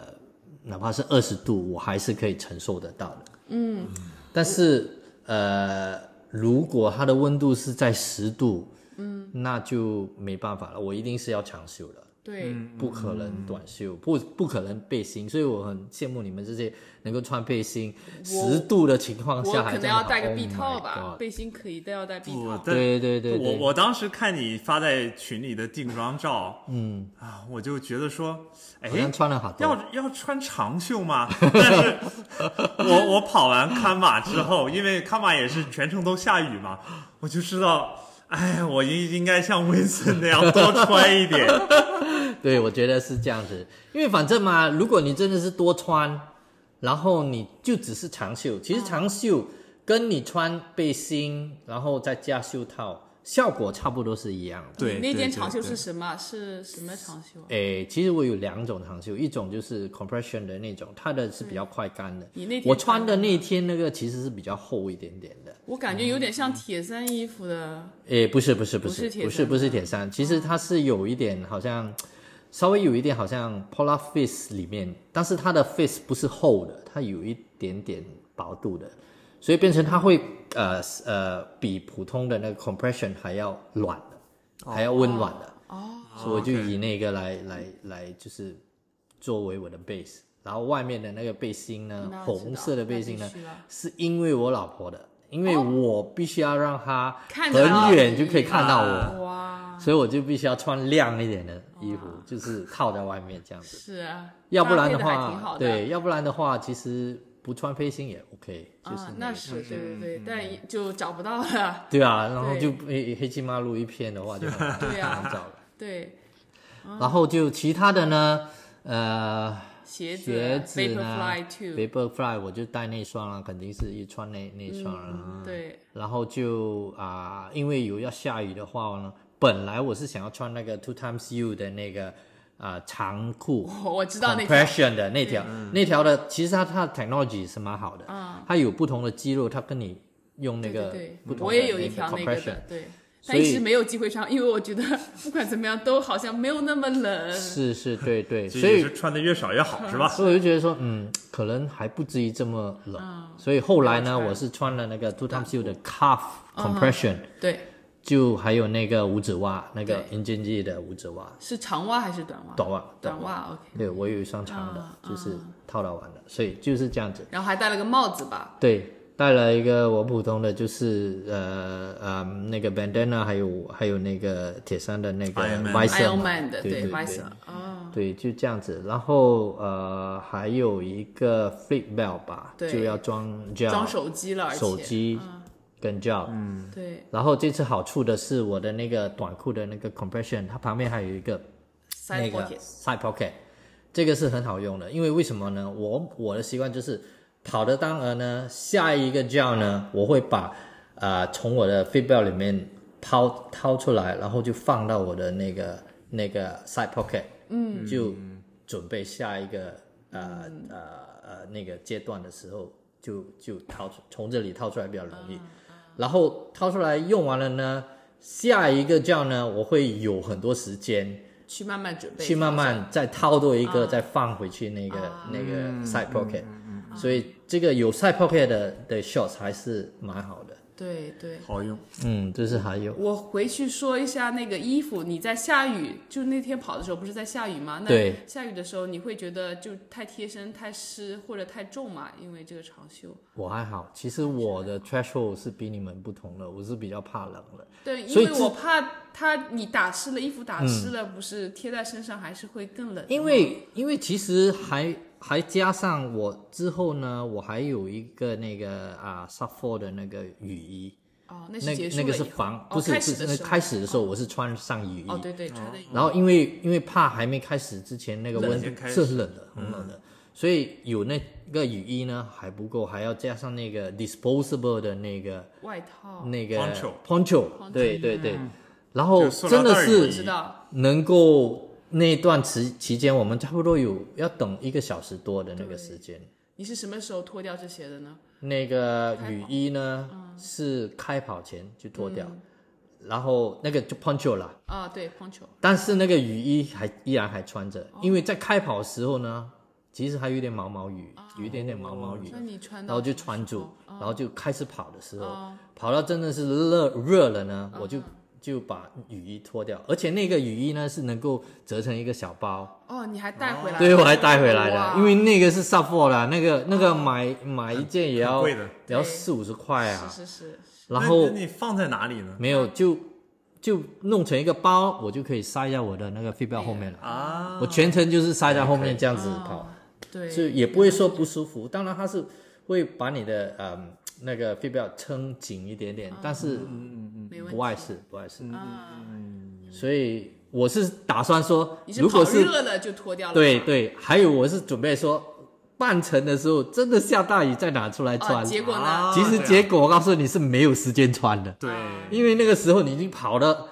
[SPEAKER 3] 哪怕是二十度，我还是可以承受得到的。嗯，但是呃，如果它的温度是在十度，嗯，那就没办法了，我一定是要长袖的。
[SPEAKER 1] 对，
[SPEAKER 3] 不可
[SPEAKER 1] 嗯
[SPEAKER 3] 能短袖，不不可能背心，所以我很羡慕你们这些能够穿背心十度的情况
[SPEAKER 1] 我
[SPEAKER 3] 下还
[SPEAKER 1] 可能
[SPEAKER 3] 这样
[SPEAKER 1] 要
[SPEAKER 3] 跑
[SPEAKER 1] 带个
[SPEAKER 3] Oh
[SPEAKER 1] 臂
[SPEAKER 3] my
[SPEAKER 1] 套吧，
[SPEAKER 3] God
[SPEAKER 1] 背心可以，但要带臂
[SPEAKER 2] 不
[SPEAKER 1] 套。
[SPEAKER 2] 但
[SPEAKER 3] 对对对
[SPEAKER 2] 我
[SPEAKER 3] 对
[SPEAKER 2] 我当时看你发在群里的定妆照，嗯啊，我就觉得说，哎
[SPEAKER 3] 好，像穿了好多。
[SPEAKER 2] 要要穿长袖吗？ 但是我我跑完康马之后，因为康马也是全程都下雨嘛，我就知道，哎，我应应该像温森那样多穿一 点。
[SPEAKER 3] 对，我觉得是这样子，因为反正嘛，如果你真的是多穿，然后你就只是长袖，其
[SPEAKER 1] 嗯
[SPEAKER 3] 实长袖跟你穿背心，然后再加袖套，效果差不多是一样的。
[SPEAKER 2] 对，
[SPEAKER 1] 那件长袖
[SPEAKER 2] 对
[SPEAKER 1] 是什么？是什么长袖啊？
[SPEAKER 3] 诶，其实我有两种长袖，一种就是 compression 的那种，它的是比较快干的。
[SPEAKER 1] 嗯你那天
[SPEAKER 3] 我穿的那天那个其实是比较厚一点点的。
[SPEAKER 1] 我感觉有点像铁三衣服的，
[SPEAKER 3] 诶，不是不是不
[SPEAKER 1] 不是
[SPEAKER 3] 是
[SPEAKER 1] 铁
[SPEAKER 3] 不是
[SPEAKER 1] 三啊哦
[SPEAKER 3] 不是
[SPEAKER 1] 吗
[SPEAKER 3] 铁三，其实它是有一点好像，稍微有一点好像 polar face 里面，但是它的 face 不是厚的，它有一点点薄度的，所以变成它会呃呃比普通的那个 compression 还要软的，
[SPEAKER 1] 哦
[SPEAKER 3] 还要温暖的。所以我就以那个来来来，就是作为我的 base。然后外面的那个背心
[SPEAKER 1] 那
[SPEAKER 3] 呢，
[SPEAKER 1] 知道
[SPEAKER 3] 红色的背心
[SPEAKER 1] 那
[SPEAKER 3] 呢
[SPEAKER 1] 必须了，哦
[SPEAKER 3] 是因为我老婆的，因为我必须要让她
[SPEAKER 1] 看哦得到
[SPEAKER 3] 很远
[SPEAKER 1] 你
[SPEAKER 3] 就可以看到
[SPEAKER 2] 啊
[SPEAKER 3] 我，
[SPEAKER 1] 哇，
[SPEAKER 3] 所以我就必须要穿亮一点的衣服，就是套在外面这样子。
[SPEAKER 1] 是啊，
[SPEAKER 3] 要不然
[SPEAKER 1] 搭配的还挺
[SPEAKER 3] 话，
[SPEAKER 1] 好的，
[SPEAKER 3] 对，要不然的话，其实不穿背心也 OK，就是
[SPEAKER 1] 啊，
[SPEAKER 3] 那
[SPEAKER 1] 那
[SPEAKER 3] 个
[SPEAKER 1] 是对对
[SPEAKER 3] 嗯
[SPEAKER 1] 对，但就找不到了，
[SPEAKER 3] 对啊，然后
[SPEAKER 1] 对
[SPEAKER 3] 就黑黑漆麻路一片的话就很难
[SPEAKER 1] 对啊
[SPEAKER 3] 很难找 了。嗯
[SPEAKER 1] 对，
[SPEAKER 3] 然后就其他的呢，呃。
[SPEAKER 1] 鞋子
[SPEAKER 3] 鞋子
[SPEAKER 1] v a p o r
[SPEAKER 3] 呢
[SPEAKER 1] f l y Two，
[SPEAKER 3] Vaporfly 我就带那双啊了，肯定是一穿那那双了。
[SPEAKER 1] 嗯对，
[SPEAKER 3] 然后就啊、因为有要下雨的话呢，本来我是想要穿那个 Two Times U 的那个啊、长裤
[SPEAKER 1] 我我知道那条，嗯
[SPEAKER 3] ，compression 的那条，那条的其实它它的 technology 是蛮好的，它有不同的肌肉，它跟你用那
[SPEAKER 1] 对嗯对
[SPEAKER 3] 个
[SPEAKER 1] 对
[SPEAKER 3] 不，同
[SPEAKER 1] 我
[SPEAKER 3] 的
[SPEAKER 1] 也有一条那个
[SPEAKER 3] compression，
[SPEAKER 1] 的，对。
[SPEAKER 3] 所
[SPEAKER 1] 但
[SPEAKER 3] 以
[SPEAKER 1] 一直没有机会穿，因为我觉得 不管怎么样都好像没有那么冷。
[SPEAKER 3] 是是，对对，
[SPEAKER 2] 就
[SPEAKER 3] 所以
[SPEAKER 2] 也是穿的越少越
[SPEAKER 1] 嗯
[SPEAKER 2] 好，是吧？
[SPEAKER 3] 所以我就觉得说，嗯，可能还不至于这么冷。所以后来呢，
[SPEAKER 1] 嗯不要穿啊
[SPEAKER 3] 我是穿了那个 Two Times U 的 Cuff Compression，、
[SPEAKER 1] 对，
[SPEAKER 3] 就还有那个五指袜，那个
[SPEAKER 1] 对
[SPEAKER 3] i n j i n g 的五指袜，
[SPEAKER 1] 是长袜还是短袜？
[SPEAKER 3] 短袜，
[SPEAKER 1] 短。袜，OK。
[SPEAKER 3] 对，我有一双长的，
[SPEAKER 1] 啊
[SPEAKER 3] 就是套到完的，所以就是这样子。
[SPEAKER 1] 然后还戴了个帽子吧？
[SPEAKER 3] 对，带了一个我普通的，就是呃呃那个 bandana，还有还有那个铁三的那个
[SPEAKER 2] Iron Man
[SPEAKER 3] v i s o
[SPEAKER 1] Iron Man 的，
[SPEAKER 3] 对
[SPEAKER 1] 白
[SPEAKER 3] 对
[SPEAKER 1] 色。哦，
[SPEAKER 3] 对，就这样子。然后呃，还有一个 flip belt 吧，
[SPEAKER 1] 对
[SPEAKER 3] 就要装 gel
[SPEAKER 1] 装手机了，而且
[SPEAKER 3] 手机跟 gel。嗯。
[SPEAKER 1] 对
[SPEAKER 3] 然后这次好处的是，我的那个短裤的那个 compression，它旁边还有一个那
[SPEAKER 1] ，side
[SPEAKER 3] 个
[SPEAKER 1] pocket，
[SPEAKER 3] side pocket，这个是很好用的。因为为什么呢？我我的习惯就是跑的当儿呢，下一个 gel 呢，我会把呃从我的 fit belt 里面掏掏出来，然后就放到我的那个那个 side pocket，嗯，就准备下一个呃呃呃那个阶段的时候，就就掏出从这里掏出来比较容易。然后掏出来用完了呢，下一个 gel 呢，我会有很多时间。
[SPEAKER 1] 去慢慢准备，
[SPEAKER 3] 去慢慢再掏多一
[SPEAKER 1] 啊
[SPEAKER 3] 个，再放回去那个那个嗯 side pocket，所以这个有 side pocket 的的 shorts 还是蛮好的。
[SPEAKER 1] 对对，
[SPEAKER 2] 好用。
[SPEAKER 3] 嗯，就是还有
[SPEAKER 1] 我回去说一下那个衣服，你在下雨，就那天跑的时候不是在下雨吗？那
[SPEAKER 3] 对
[SPEAKER 1] 下雨的时候你会觉得就太贴身、太湿或者太重嘛？因为这个长袖。
[SPEAKER 3] 我还好，其实我的
[SPEAKER 1] 啊
[SPEAKER 3] threshold 是比你们不同的，我是比较怕冷的。
[SPEAKER 1] 对，因
[SPEAKER 3] 所以
[SPEAKER 1] 为
[SPEAKER 3] 这
[SPEAKER 1] 我怕它你打湿了，衣服打湿了，不是贴在身上还是会更冷。
[SPEAKER 3] 因为因为其实还还加上我之后呢，我还有一个那个啊 s u f f o r 的那个雨衣，
[SPEAKER 1] 哦，那
[SPEAKER 3] 那
[SPEAKER 1] 是
[SPEAKER 3] 个
[SPEAKER 1] 结束
[SPEAKER 3] 那
[SPEAKER 1] 了以后，
[SPEAKER 3] 个是防，不
[SPEAKER 1] 哦、
[SPEAKER 3] 是
[SPEAKER 1] 开
[SPEAKER 3] 是
[SPEAKER 1] 始的
[SPEAKER 3] 那
[SPEAKER 1] 时候
[SPEAKER 3] 开始的时候我是穿上雨衣，
[SPEAKER 1] 哦，对对，穿的雨衣
[SPEAKER 3] 然后因为因为怕还没开始之前那个
[SPEAKER 2] 冷
[SPEAKER 3] 温
[SPEAKER 2] 先
[SPEAKER 3] 度
[SPEAKER 2] 开
[SPEAKER 3] 是
[SPEAKER 2] 始嗯
[SPEAKER 3] 冷的，很冷的，所以有那个雨衣呢还不够，还要加上那个 disposable 的那个
[SPEAKER 1] 外套，
[SPEAKER 3] 那个
[SPEAKER 2] poncho
[SPEAKER 3] poncho，
[SPEAKER 1] 哦 poncho，
[SPEAKER 3] 对对对
[SPEAKER 2] 嗯，
[SPEAKER 3] 然后
[SPEAKER 2] 就塑料
[SPEAKER 3] 真的
[SPEAKER 2] 袋儿
[SPEAKER 3] 是
[SPEAKER 2] 雨
[SPEAKER 1] 我
[SPEAKER 2] 衣
[SPEAKER 1] 知道，
[SPEAKER 3] 能够那段时期间，我们差不多有要等一个小时多的那个时间。
[SPEAKER 1] 你是什么时候脱掉这些的呢？
[SPEAKER 3] 那个雨衣呢、是开跑前就脱掉，然后那个就 poncho 了，
[SPEAKER 1] 啊，对，poncho，
[SPEAKER 3] 但是那个雨衣还依然还穿
[SPEAKER 1] 哦
[SPEAKER 3] 着，因为在开跑的时候呢，其实还有一点毛毛雨，
[SPEAKER 1] 哦
[SPEAKER 3] 有一点点毛毛雨，
[SPEAKER 1] 那你穿
[SPEAKER 3] 然
[SPEAKER 1] 到
[SPEAKER 3] 后就
[SPEAKER 1] 什么
[SPEAKER 3] 穿
[SPEAKER 1] 时
[SPEAKER 3] 住
[SPEAKER 1] 候，
[SPEAKER 3] 然后就开始跑的时候，
[SPEAKER 1] 哦
[SPEAKER 3] 跑到真的是热热了呢，我就就把雨衣脱掉，而且那个雨衣呢是能够折成一个小包。
[SPEAKER 1] 哦，你还带回来了？
[SPEAKER 3] 对，我还带回来了，
[SPEAKER 1] 哇哦
[SPEAKER 3] 因为那个是 Sappho 啦，那个那个买买一件也
[SPEAKER 2] 很
[SPEAKER 3] 要
[SPEAKER 2] 贵的
[SPEAKER 3] 也要
[SPEAKER 1] 对
[SPEAKER 3] 四五十块啊，
[SPEAKER 1] 是是是，
[SPEAKER 3] 然
[SPEAKER 2] 那
[SPEAKER 3] 后
[SPEAKER 2] 那你放在哪里呢？
[SPEAKER 3] 没有就就弄成一个包，我就可以塞在我的那个飞镖后面了，
[SPEAKER 2] 啊，
[SPEAKER 3] 我全程就是塞在后
[SPEAKER 2] 可
[SPEAKER 3] 面
[SPEAKER 2] 以
[SPEAKER 3] 这样子跑，
[SPEAKER 1] 对，
[SPEAKER 3] 就也不会说不舒服，当然它是会把你的嗯那个飞镖撑紧一点
[SPEAKER 1] 嗯
[SPEAKER 3] 点，但是
[SPEAKER 1] 没问
[SPEAKER 3] 不嗯
[SPEAKER 1] 题
[SPEAKER 3] 碍事不碍事，
[SPEAKER 1] 啊。
[SPEAKER 3] 所以我是打算说
[SPEAKER 1] 你，是
[SPEAKER 3] 如果
[SPEAKER 1] 跑
[SPEAKER 3] 是
[SPEAKER 1] 热了就脱掉了，
[SPEAKER 3] 对，对，还有我是准备说，半程的时候真的下大雨再拿出来穿。
[SPEAKER 1] 啊，结果呢
[SPEAKER 2] 啊？
[SPEAKER 3] 其实
[SPEAKER 2] 这样
[SPEAKER 3] 结果我告诉你是没有时间穿的，
[SPEAKER 2] 对，
[SPEAKER 3] 因为那个时候你已经跑的，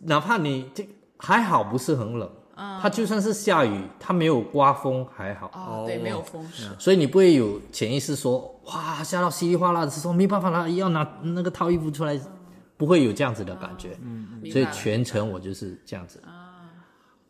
[SPEAKER 3] 哪怕你这还好不是很冷，
[SPEAKER 1] 嗯
[SPEAKER 3] 它就算是下雨，它没有刮风还好，
[SPEAKER 1] 哦，对，没有风是
[SPEAKER 3] 所以你不会有潜意识说哇下到稀里哗啦的时候没办法了，要拿那个套衣服出来，不会有这样子的感觉。
[SPEAKER 1] 哦明
[SPEAKER 3] 所以
[SPEAKER 1] 白了啊
[SPEAKER 3] 全程我就是这样子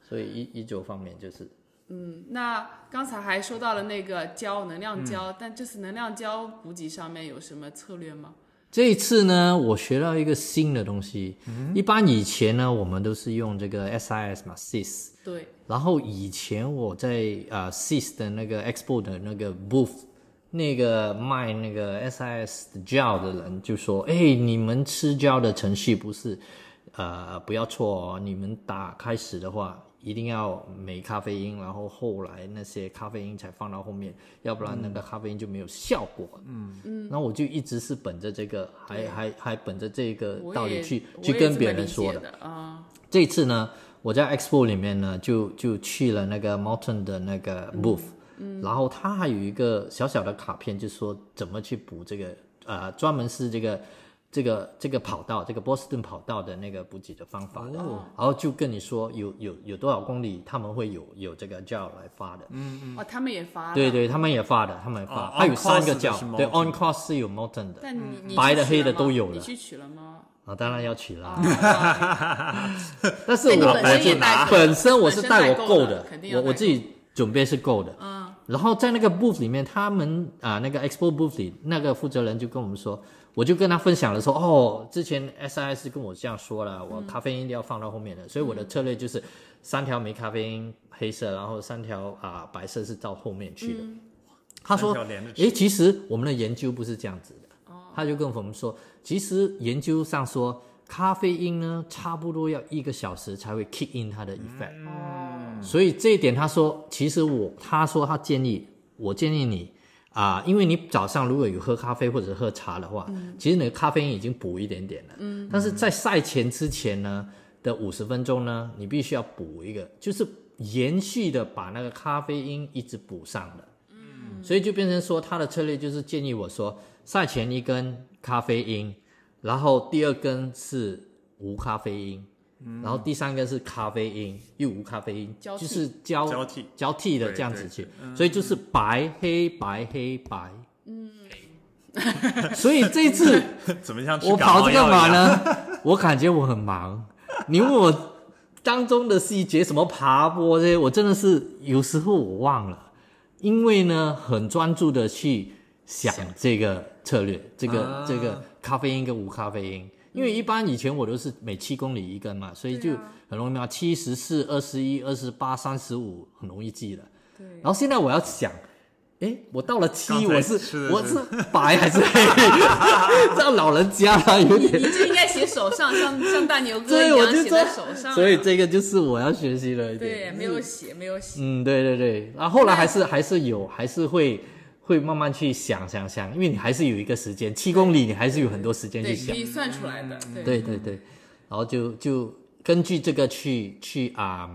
[SPEAKER 3] 所以一一九方面就是
[SPEAKER 1] 嗯，那刚才还说到了那个胶能量
[SPEAKER 3] 嗯
[SPEAKER 1] 胶，但这次能量胶补给上面有什么策略吗？
[SPEAKER 3] 这一次呢，我学到一个新的东西。
[SPEAKER 1] 嗯
[SPEAKER 3] 一般以前呢，我们都是用这个 SIS 嘛，SIS。
[SPEAKER 1] 对，
[SPEAKER 3] 然后以前我在呃 SIS 的那个 Expo 的那个 booth，那个卖那个 SIS 的 gel 的人就说：“哎，你们吃 gel 的程序不是，呃，不要错哦，你们打开始的话。”一定要没咖啡因，然后后来那些咖啡因才放到后面，要不然那个咖啡因就没有效果。嗯嗯，那我就一直是本着这个，还还还本着这个
[SPEAKER 1] 我
[SPEAKER 3] 道理
[SPEAKER 1] 也
[SPEAKER 3] 去
[SPEAKER 1] 我
[SPEAKER 3] 去
[SPEAKER 1] 也
[SPEAKER 3] 跟
[SPEAKER 1] 这
[SPEAKER 3] 别
[SPEAKER 1] 么
[SPEAKER 3] 人
[SPEAKER 1] 理
[SPEAKER 3] 说
[SPEAKER 1] 解
[SPEAKER 3] 的。
[SPEAKER 1] 的啊，
[SPEAKER 3] 这次呢，我在 Expo 里面呢，就就去了那个 Mountain 的那个 booth，、然后它还有一个小小的卡片，就说怎么去补这个，呃，专门是这个这个这个跑道，这个波士顿跑道的那个补给的方法的，
[SPEAKER 2] 哦
[SPEAKER 3] 然后就跟你说有有有多少公里他们会有有这个 gel 来发的，
[SPEAKER 1] 哦，他们也发了，
[SPEAKER 3] 嗯对对，他们也发的，他们也发，
[SPEAKER 2] 嗯哦
[SPEAKER 3] 它有三个
[SPEAKER 2] on-course 的是
[SPEAKER 3] gel，对
[SPEAKER 2] Mountain
[SPEAKER 3] on course 是有 Mountain 的
[SPEAKER 1] 但你你去
[SPEAKER 3] 嗯白的
[SPEAKER 1] 取
[SPEAKER 3] 黑
[SPEAKER 1] 了
[SPEAKER 3] 的
[SPEAKER 1] 吗
[SPEAKER 3] 都有
[SPEAKER 1] 你
[SPEAKER 3] 了
[SPEAKER 1] 去取了 吗？
[SPEAKER 3] 啊，当然要取啦。
[SPEAKER 1] 啊
[SPEAKER 3] 但是
[SPEAKER 1] 那你
[SPEAKER 3] 我
[SPEAKER 1] 本身
[SPEAKER 3] 我
[SPEAKER 1] 也带够了
[SPEAKER 3] 本身我是带我够
[SPEAKER 1] 本身带够了
[SPEAKER 3] 的
[SPEAKER 1] 肯定，要
[SPEAKER 3] 我
[SPEAKER 1] 带够
[SPEAKER 3] 我自己准备是够的。嗯，然后在那个 booth 里面，他们啊、那个 expo booth 里那个负责人就跟我们说，我就跟他分享了说，哦，之前 SIS 跟我这样说了，我咖啡因一定要放到后
[SPEAKER 1] 嗯
[SPEAKER 3] 面的，所以我的策略就是三条没咖啡因黑色，然后三条啊、白色是到后面去的。
[SPEAKER 1] 嗯
[SPEAKER 3] 他说
[SPEAKER 2] 三条连着：“哦吃
[SPEAKER 3] 诶，其实我们的研究不是这样子的。”他就跟我们说：“其实研究上说，咖啡因呢，差不多要一个小时才会 kick in 它的 effect。
[SPEAKER 2] 嗯
[SPEAKER 1] 哦，
[SPEAKER 3] 所以这一点，他说，其实我他说他建议我建议你啊、因为你早上如果有喝咖啡或者喝茶的话，
[SPEAKER 2] 嗯
[SPEAKER 3] 其实你的咖啡因已经补一点点了。嗯，但是在赛前之前呢的五十分钟呢，你必须要补一个，就是延续的把那个咖啡因一直补上的。嗯，所以就变成说他的策略就是建议我说，赛前一根咖啡因，然后第二根是无咖啡因。然后第三个是咖啡因，又无咖啡因，
[SPEAKER 1] 交替
[SPEAKER 3] 就是交
[SPEAKER 2] 交替
[SPEAKER 3] 交替的
[SPEAKER 2] 对
[SPEAKER 3] 这样子
[SPEAKER 2] 对嗯
[SPEAKER 3] 去，所以就是白黑白黑白，嗯，所以这次
[SPEAKER 2] 怎么像吃
[SPEAKER 3] 我
[SPEAKER 2] 感冒
[SPEAKER 3] 跑这个
[SPEAKER 2] 药一
[SPEAKER 3] 马
[SPEAKER 2] 样？
[SPEAKER 3] 呢， 我感觉我很忙，你问我当中的细节什么爬坡这些，我真的是有时候我忘了，因为呢很专注的去想这个策略，这个、
[SPEAKER 2] 啊
[SPEAKER 3] 这个咖啡因跟无咖啡因。因为一般以前我都是每七公里一根嘛，所以就
[SPEAKER 1] 对啊
[SPEAKER 3] 很容易嘛，七十四、二十一、二十八、三十五，很容易记的。
[SPEAKER 1] 对
[SPEAKER 3] 然，后现在我要想，诶，我到了七，
[SPEAKER 2] 刚才
[SPEAKER 3] 我是
[SPEAKER 2] 吃的
[SPEAKER 3] 我
[SPEAKER 2] 是
[SPEAKER 3] 是白还是黑？这样老人家啊，有
[SPEAKER 1] 你
[SPEAKER 3] 点。
[SPEAKER 1] 你就应该写手上，像 像大牛哥
[SPEAKER 3] 对
[SPEAKER 1] 一
[SPEAKER 3] 我
[SPEAKER 1] 样
[SPEAKER 3] 就
[SPEAKER 1] 写
[SPEAKER 3] 这
[SPEAKER 1] 在手上啊。
[SPEAKER 3] 所以这个就是我要学习的一
[SPEAKER 1] 对
[SPEAKER 3] 点。
[SPEAKER 1] 没有写，没有写。
[SPEAKER 3] 嗯，对对对，然后后来还是还是有，还是会会慢慢去想想想，因为你还是有一个时间，七公里你还是有很多时间去
[SPEAKER 1] 对，
[SPEAKER 3] 想
[SPEAKER 1] 可。以算出来的。对，
[SPEAKER 3] 嗯对对对，然后就就根据这个去去啊、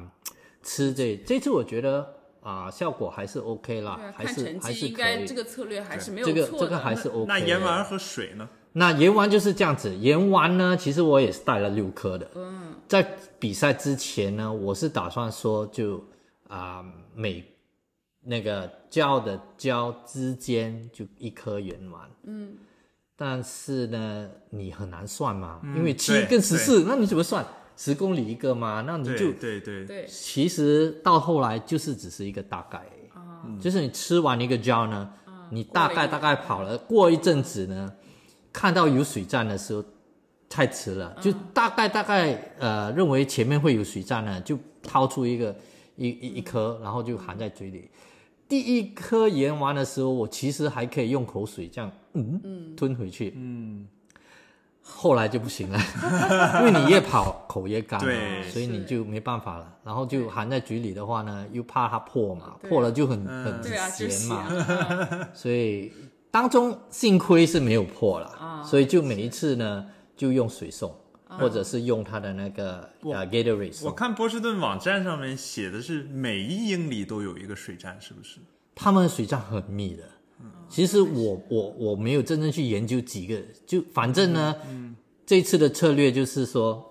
[SPEAKER 3] 吃这这次我觉得啊、效果还是 OK 啦，
[SPEAKER 1] 对啊，
[SPEAKER 3] 还
[SPEAKER 1] 看
[SPEAKER 3] 是
[SPEAKER 1] 成
[SPEAKER 3] 还
[SPEAKER 1] 绩
[SPEAKER 3] 是
[SPEAKER 1] 应
[SPEAKER 3] 可
[SPEAKER 1] 该
[SPEAKER 3] 以。
[SPEAKER 1] 这个策略还是没有
[SPEAKER 3] 这个
[SPEAKER 1] 错的。
[SPEAKER 3] 这个还是 OK 的。
[SPEAKER 2] 那盐丸和水呢？
[SPEAKER 3] 那盐丸就是这样子，盐丸呢，其实我也是带了六颗的。嗯，在比赛之前呢，我是打算说就啊、每那个胶的胶之间就一颗盐丸。嗯，但是呢，你很难算嘛，因为七
[SPEAKER 2] 嗯对
[SPEAKER 3] 跟十四，那你怎么算？十公里一个嘛，那你就
[SPEAKER 2] 对对对，
[SPEAKER 1] 对，
[SPEAKER 3] 其实到后来就是只是一个大概，就是你吃完一个胶呢，你大概大概跑了，过一阵子呢，看到有水站的时候太迟了，就大概大概呃认为前面会有水站呢，就掏出一个一一一颗，然后就含在嘴里。第一颗盐完的时候，我其实还可以用口水这样，嗯，吞回去，嗯，后来就不行了， 因为你越跑口越干嘛，啊
[SPEAKER 2] 对
[SPEAKER 3] 所以你
[SPEAKER 1] 是
[SPEAKER 3] 就没办法了。然后就含在嘴里的话呢，又怕它破嘛，
[SPEAKER 1] 对
[SPEAKER 3] 破了就很很
[SPEAKER 1] 对啊，就
[SPEAKER 3] 咸
[SPEAKER 1] 写
[SPEAKER 3] 嘛，
[SPEAKER 1] 啊。
[SPEAKER 3] 所以当中幸亏是没有破了，
[SPEAKER 1] 啊
[SPEAKER 3] 所以就每一次呢就用水送，或者是用它的那个呃 Gatorade
[SPEAKER 2] 我
[SPEAKER 3] 送。
[SPEAKER 2] 看波士顿网站上面写的是每一英里都有一个水站，是不是？
[SPEAKER 3] 他们的水站很密的。其实我我我没有真正去研究几个，就反正呢，这次的策略就是说，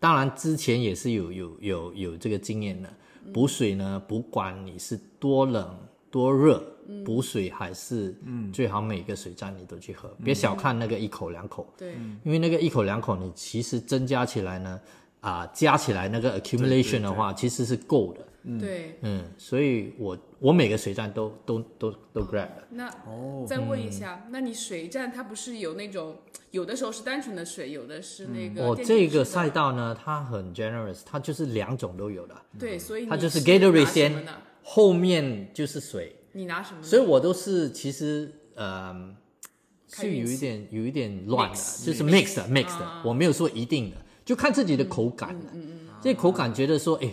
[SPEAKER 3] 当然之前也是有有有有这个经验的，补水呢，不管你是多冷多热，补水还是最好每个水站你都去喝，别小看那个一口两口，
[SPEAKER 1] 对，
[SPEAKER 3] 因为那个一口两口，你其实增加起来呢，啊、加起来那个 accumulation 的话，其实是够的。
[SPEAKER 1] 对，
[SPEAKER 3] 嗯，所以我我每个水站都都都都 grab 了。
[SPEAKER 1] 那
[SPEAKER 2] 哦，
[SPEAKER 1] 再
[SPEAKER 3] 嗯
[SPEAKER 1] 问一下，那你水站它不是有那种，有的时候是单纯的水，有的是那个
[SPEAKER 3] 我
[SPEAKER 1] 电解
[SPEAKER 3] 嗯哦这
[SPEAKER 1] 质
[SPEAKER 3] 个
[SPEAKER 1] 的
[SPEAKER 3] 赛道呢，它很 generous，它就是两种都有的，
[SPEAKER 1] 对，所以
[SPEAKER 3] 它
[SPEAKER 1] 你
[SPEAKER 3] 就是
[SPEAKER 1] 拿什么
[SPEAKER 3] Gatorade 先
[SPEAKER 1] 呢，
[SPEAKER 3] 后面就是水，
[SPEAKER 1] 你拿什么呢？
[SPEAKER 3] 所以我都是其实呃
[SPEAKER 1] 看
[SPEAKER 3] 是
[SPEAKER 1] 运
[SPEAKER 3] 有一
[SPEAKER 1] 气
[SPEAKER 3] 点有一点乱的
[SPEAKER 1] Mix，
[SPEAKER 3] 就是
[SPEAKER 1] mix 啊
[SPEAKER 3] mixed 的 mixed，的我没有说一定的，就看自己的口感
[SPEAKER 1] 嗯
[SPEAKER 3] 了。这口感
[SPEAKER 1] 啊
[SPEAKER 3] 觉得说，哎，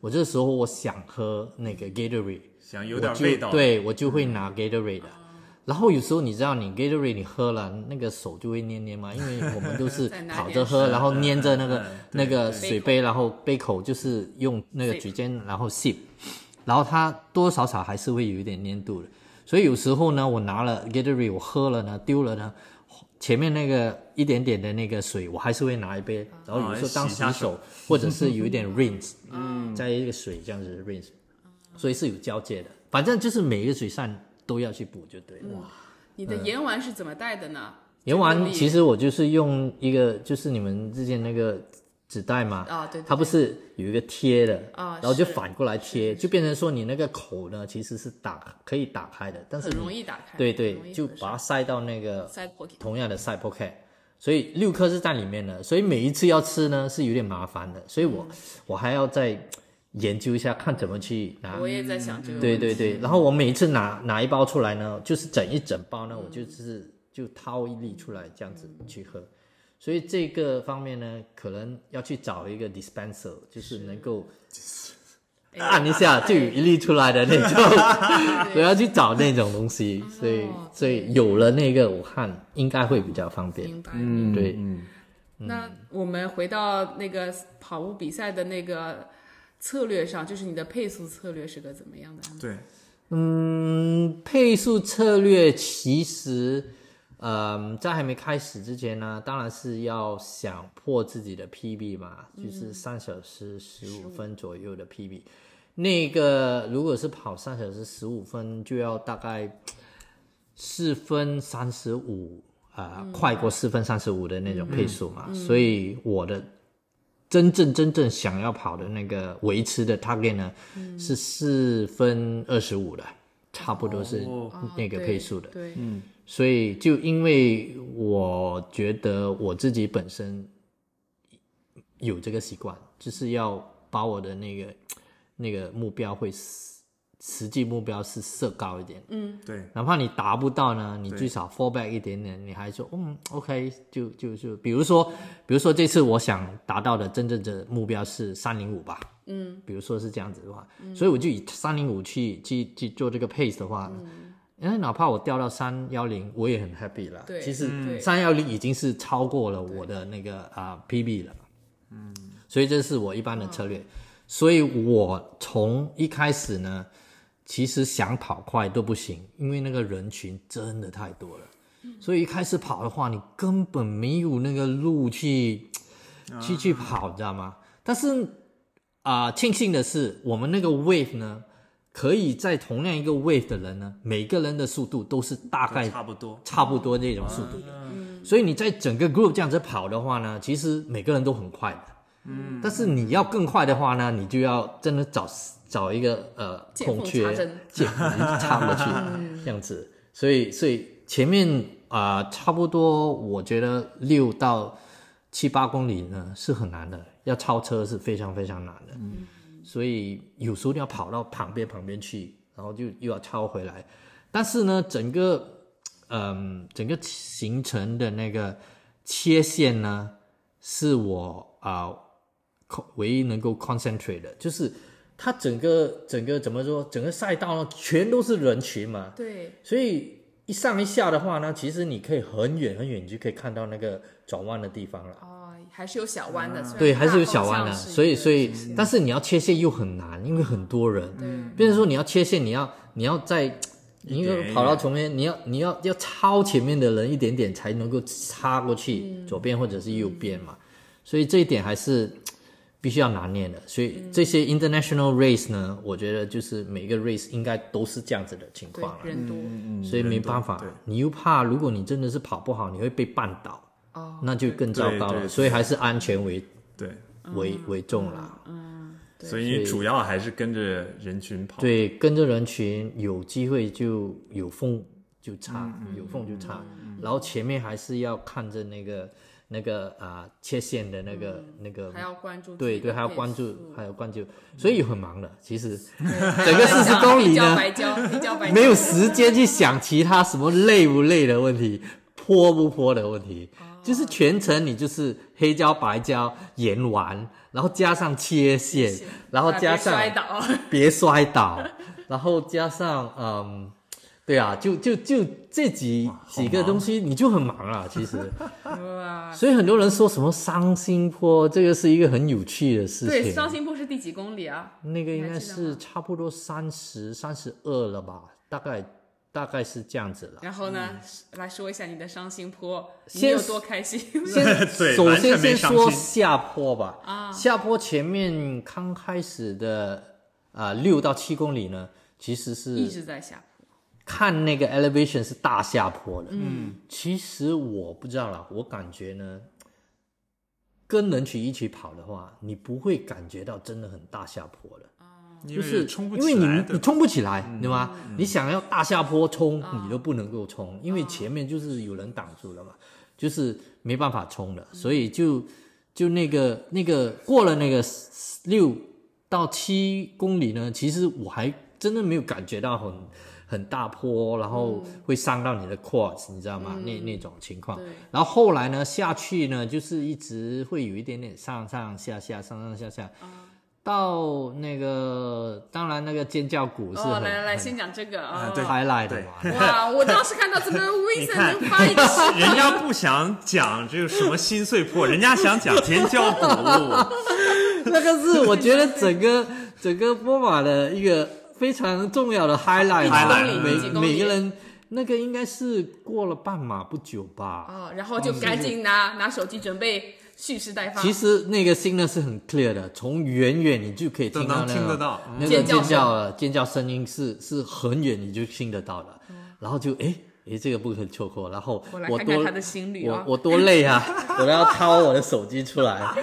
[SPEAKER 3] 我这时候我想喝那个 Gatorade。
[SPEAKER 2] 想
[SPEAKER 3] 我
[SPEAKER 2] 有点
[SPEAKER 3] 就
[SPEAKER 2] 味道。，嗯
[SPEAKER 3] 对我就会拿 Gatorade 的。然后有时候你知道，你 Gatorade 你喝了，那个手就会黏黏嘛，因为我们 都是
[SPEAKER 1] 再拿
[SPEAKER 3] 跑着
[SPEAKER 1] 点
[SPEAKER 3] 喝，然后黏着那个
[SPEAKER 2] 嗯嗯
[SPEAKER 3] 那
[SPEAKER 2] 对
[SPEAKER 3] 个
[SPEAKER 1] 对
[SPEAKER 3] 水杯，然后杯口就是用那个
[SPEAKER 1] Sip
[SPEAKER 3] 嘴尖，然后 sip，然后它多多少少还是会有一点粘度的。所以有时候呢，我拿了 Gatorade，我喝了呢，丢了呢，前面那个一点点的那个水，我还是会拿一杯，然后有时候当
[SPEAKER 2] 洗一下
[SPEAKER 3] 洗
[SPEAKER 2] 手
[SPEAKER 3] 手，或者是有一点 rinse，嗯，加一个水这样子 rinse，所以是有交界的。反正就是每一个水上都要去补就对了。
[SPEAKER 1] 你
[SPEAKER 3] 嗯
[SPEAKER 1] 的盐丸是怎么带的呢？
[SPEAKER 3] 盐丸
[SPEAKER 1] 里
[SPEAKER 3] 其实我就是用一个，就是你们之前那个纸袋嘛，
[SPEAKER 1] 啊对对
[SPEAKER 3] 它不
[SPEAKER 1] 对
[SPEAKER 3] 是有一个贴的
[SPEAKER 1] 啊
[SPEAKER 3] 然后就是反过来贴，就变成说你那个口呢其实是打可以打开的，但是
[SPEAKER 1] 很容
[SPEAKER 3] 易，
[SPEAKER 1] 易打开，
[SPEAKER 3] 对
[SPEAKER 1] 很容
[SPEAKER 3] 对，
[SPEAKER 1] 易
[SPEAKER 3] 就
[SPEAKER 1] 合
[SPEAKER 3] 把它
[SPEAKER 1] 上
[SPEAKER 3] 塞到那个
[SPEAKER 1] 塞 pocket。
[SPEAKER 3] 同样的 side pocket，所以六颗是在里面的，所以每一次要吃呢是有点麻烦的，所以
[SPEAKER 1] 嗯
[SPEAKER 3] 我、我还要再研究一下，看怎么去拿
[SPEAKER 1] 我。也在想这个问
[SPEAKER 3] 啊对
[SPEAKER 1] 题，
[SPEAKER 3] 对对，然后我每一次拿拿一包出来呢，就是整一整包呢，我就是就掏一粒出来这样子去喝，所以这个方面呢，可能要去找一个 dispenser，就是能够
[SPEAKER 1] 哎
[SPEAKER 3] 按一下就有一粒出来的那 种，
[SPEAKER 1] 对
[SPEAKER 3] 我要去找那种东西，所以
[SPEAKER 1] 哦
[SPEAKER 3] 所以有了那个，我看应该会比较方便。
[SPEAKER 1] 明白。
[SPEAKER 3] 对，嗯
[SPEAKER 1] 那我们回到那个跑步比赛的那个策略上，就是你的配速策略是个怎么样的安排？
[SPEAKER 2] 对，
[SPEAKER 3] 嗯，配速策略其实，嗯、在还没开始之前呢，当然是要想破自己的 PB 嘛，
[SPEAKER 2] 嗯
[SPEAKER 3] 就是三小时十五分左右的 PB。那个如果是跑三小时十五分，就要大概四分三十五啊，
[SPEAKER 2] 嗯
[SPEAKER 3] 快过四分三十五的那种配速嘛。所以我的真正真正
[SPEAKER 2] 嗯
[SPEAKER 3] 想要跑的那个维持的 target 呢，是四分二十五的。差不多是
[SPEAKER 2] 哦
[SPEAKER 1] 啊
[SPEAKER 3] 嗯那个配速的。
[SPEAKER 1] 对，对
[SPEAKER 2] 嗯
[SPEAKER 3] 所以就因为我觉得我自己本身有这个习惯，就是要把我的那个那个目标会实实际目标是设高一点，
[SPEAKER 1] 嗯，
[SPEAKER 2] 对，
[SPEAKER 3] 哪怕你达不到呢，你
[SPEAKER 2] 对
[SPEAKER 3] 至少 fall back 一点点，你还说嗯 OK，就就就比如说比如说这次我想达到的真正的目标是三零五吧，
[SPEAKER 1] 嗯，
[SPEAKER 3] 比如说是这样子的话，所以我就以三零五去去去做这个 pace 的话，
[SPEAKER 1] 嗯
[SPEAKER 3] 因为哪怕我掉到三幺零，我也很 happy 了。
[SPEAKER 1] 对
[SPEAKER 3] 其实
[SPEAKER 1] 嗯对
[SPEAKER 3] 三幺零已经是超过了我的那个啊、PB 了。嗯，所以这是我一般的策
[SPEAKER 1] 嗯
[SPEAKER 3] 略。所以我从一开始呢，其实想跑快都不行，因为那个人群真的太多了。
[SPEAKER 2] 嗯
[SPEAKER 3] 所以一开始跑的话，你根本没有那个路去
[SPEAKER 2] 啊
[SPEAKER 3] 去去跑，你知道吗？但是啊、庆幸的是，我们那个 wave 呢，可以在同样一个 wave 的人呢，每个人的速度都是大概
[SPEAKER 2] 都差不多。
[SPEAKER 3] 差不多这种速度的。所以你在整个 group 这样子跑的话呢，其实每个人都很快的。嗯，但是你要更快的话呢，你就要真的找找一个呃
[SPEAKER 1] 见缝
[SPEAKER 3] 空缺
[SPEAKER 1] 插针，
[SPEAKER 3] 见缝插过去这样子。所以，所以前面啊、差不多我觉得六到七八公里呢是很难的，要超车是非常非常难的。嗯，所以有时候你要跑到旁边旁边去，然后就又要超回来。但是呢，整个嗯，整个行程的那个切线呢，是我啊、co- 唯一能够 concentrate 的，就是它整个整个怎么说，整个赛道呢全都是人群嘛，
[SPEAKER 1] 对，
[SPEAKER 3] 所以一上一下的话呢，其实你可以很远很远你就可以看到那个转弯的地方了。
[SPEAKER 1] 哦，还是有小弯的，虽然
[SPEAKER 3] 对，还是有小
[SPEAKER 1] 嗯大
[SPEAKER 3] 弯
[SPEAKER 1] 方
[SPEAKER 3] 的，
[SPEAKER 1] 向是一嗯
[SPEAKER 3] 所以
[SPEAKER 1] 个
[SPEAKER 3] 所以
[SPEAKER 1] 直，线
[SPEAKER 3] 但是你要切线又很难，因为很多人，变成说你要切线，你要你要在，你要
[SPEAKER 2] 一点
[SPEAKER 3] 跑到前面，你要你要要超前面的人一点点才能够插过去、
[SPEAKER 1] 嗯
[SPEAKER 3] 左边或者是右边嘛，所以这一点还是必须要拿捏的。
[SPEAKER 1] 嗯
[SPEAKER 3] 所以这些 international race 呢，我觉得就是每个 race 应该都是这样子的情
[SPEAKER 1] 对
[SPEAKER 3] 况了，
[SPEAKER 1] 人多
[SPEAKER 2] 嗯
[SPEAKER 3] 所以没办法
[SPEAKER 2] 对，
[SPEAKER 3] 你又怕如果你真的是跑不好，你会被绊倒，
[SPEAKER 1] 哦，
[SPEAKER 3] 那就更糟
[SPEAKER 2] 对
[SPEAKER 3] 糕
[SPEAKER 2] 对
[SPEAKER 3] 了。
[SPEAKER 2] 对
[SPEAKER 3] 所以还是安全为
[SPEAKER 2] 对，
[SPEAKER 1] 嗯
[SPEAKER 3] 为为重啦。
[SPEAKER 1] 对
[SPEAKER 2] 所以你主要还是跟着人群跑。
[SPEAKER 3] 对，跟着人群有机会就有缝就插，
[SPEAKER 1] 嗯
[SPEAKER 3] 有缝就插，然后前面还是要看着那个那个啊、切线的那个、那个
[SPEAKER 1] 嗯还。要关注
[SPEAKER 3] 嗯
[SPEAKER 1] 嗯
[SPEAKER 3] 对对，还要关注，还要关注，所以很忙的。其实整
[SPEAKER 1] 整
[SPEAKER 3] 个40 公里
[SPEAKER 1] 比较
[SPEAKER 3] 呢
[SPEAKER 1] 白交，比较白交
[SPEAKER 3] 没有时间去想其他什么累不累的问题，坡不坡的问题，
[SPEAKER 1] 哦
[SPEAKER 3] 就是全程你就是黑胶白胶沿完，然后加上切线，然后
[SPEAKER 1] 啊
[SPEAKER 3] 加
[SPEAKER 1] 别
[SPEAKER 3] 上
[SPEAKER 1] 摔倒，
[SPEAKER 3] 别摔倒，然后加上嗯，对啊，就就就这几
[SPEAKER 2] 好
[SPEAKER 3] 几个
[SPEAKER 2] 忙
[SPEAKER 3] 东西你就很忙了，其实，
[SPEAKER 1] 哇，
[SPEAKER 3] 所以很多人说什么伤心坡，这个是一个很有趣的事
[SPEAKER 1] 对，
[SPEAKER 3] 情。
[SPEAKER 1] 伤心坡是第几公里啊？
[SPEAKER 3] 那个应该
[SPEAKER 1] 你还记得
[SPEAKER 3] 是
[SPEAKER 1] 吗
[SPEAKER 3] 差不多三十三十二了吧，大概大概是这样子了。
[SPEAKER 1] 然后呢，
[SPEAKER 3] 嗯
[SPEAKER 1] 来说一下你的伤心坡，你
[SPEAKER 3] 先
[SPEAKER 1] 有多开心？
[SPEAKER 2] 对
[SPEAKER 3] 先首
[SPEAKER 2] 完
[SPEAKER 3] 先
[SPEAKER 2] 全没
[SPEAKER 3] 先
[SPEAKER 2] 伤
[SPEAKER 3] 说
[SPEAKER 2] 心
[SPEAKER 3] 下坡吧，
[SPEAKER 1] 啊
[SPEAKER 3] 下坡前面刚开始的啊六、到七公里呢，其实是
[SPEAKER 1] 一直在下坡，
[SPEAKER 3] 看那个 elevation 是大下坡的。嗯，其实我不知道啦，我感觉呢，跟人群一起跑的话，你不会感觉到真的很大下坡的，
[SPEAKER 2] 嗯因
[SPEAKER 3] 就
[SPEAKER 2] 为
[SPEAKER 3] 是
[SPEAKER 2] 冲不
[SPEAKER 3] 因
[SPEAKER 2] 起
[SPEAKER 3] 为你
[SPEAKER 2] 来，对吧
[SPEAKER 3] 你
[SPEAKER 2] 嗯
[SPEAKER 3] 冲不起来，对吗？你想要大下坡冲，你都不能够冲，因为
[SPEAKER 2] 嗯
[SPEAKER 3] 前面就是有人挡住了嘛，就是没办法冲
[SPEAKER 2] 嗯
[SPEAKER 3] 的，所以就就那个那个过了那个六到七公里呢，其实我还真的没有感觉到很很大坡，然后会伤到你的 quads，你知道吗？那那种情况。
[SPEAKER 1] 嗯对，
[SPEAKER 3] 然后后来呢，下去呢，就是一直会有一点点上上下下，上上下下，
[SPEAKER 1] 啊
[SPEAKER 3] 到那个当然那个尖叫谷是很、
[SPEAKER 1] 哦，来来来，
[SPEAKER 3] 很哎
[SPEAKER 1] 先讲这个啊
[SPEAKER 2] 啊，对
[SPEAKER 3] highlight 的
[SPEAKER 2] 对
[SPEAKER 3] 嘛，
[SPEAKER 1] 哇，我当时看到怎么 Wilson 能发一个
[SPEAKER 2] 人家不想讲这个什么心碎破，人家想讲尖叫鼓。
[SPEAKER 3] 那个是我觉得整个整个波马的一个非常重要的 highlight，
[SPEAKER 2] highlight，
[SPEAKER 3] 每
[SPEAKER 2] 嗯
[SPEAKER 1] 几
[SPEAKER 3] 每
[SPEAKER 1] 公里
[SPEAKER 3] 每个人那个应该是过了半马不久吧。
[SPEAKER 1] 哦，然后就赶紧拿拿手机准备蓄势待发。
[SPEAKER 3] 其实那个心呢是很 clear 的，从远远你就可以听到
[SPEAKER 2] 都能
[SPEAKER 3] 那个
[SPEAKER 2] 听得到嗯
[SPEAKER 3] 那个
[SPEAKER 1] 尖叫
[SPEAKER 3] 尖
[SPEAKER 1] 声
[SPEAKER 3] 叫了尖叫声音是是很远你就听得到的，然后就诶诶这个不可错过，然后
[SPEAKER 1] 我来
[SPEAKER 3] 我
[SPEAKER 1] 看看
[SPEAKER 3] 多
[SPEAKER 1] 他的心率啊
[SPEAKER 3] 我我多累啊， 我都要掏我的手机出来，
[SPEAKER 1] 哦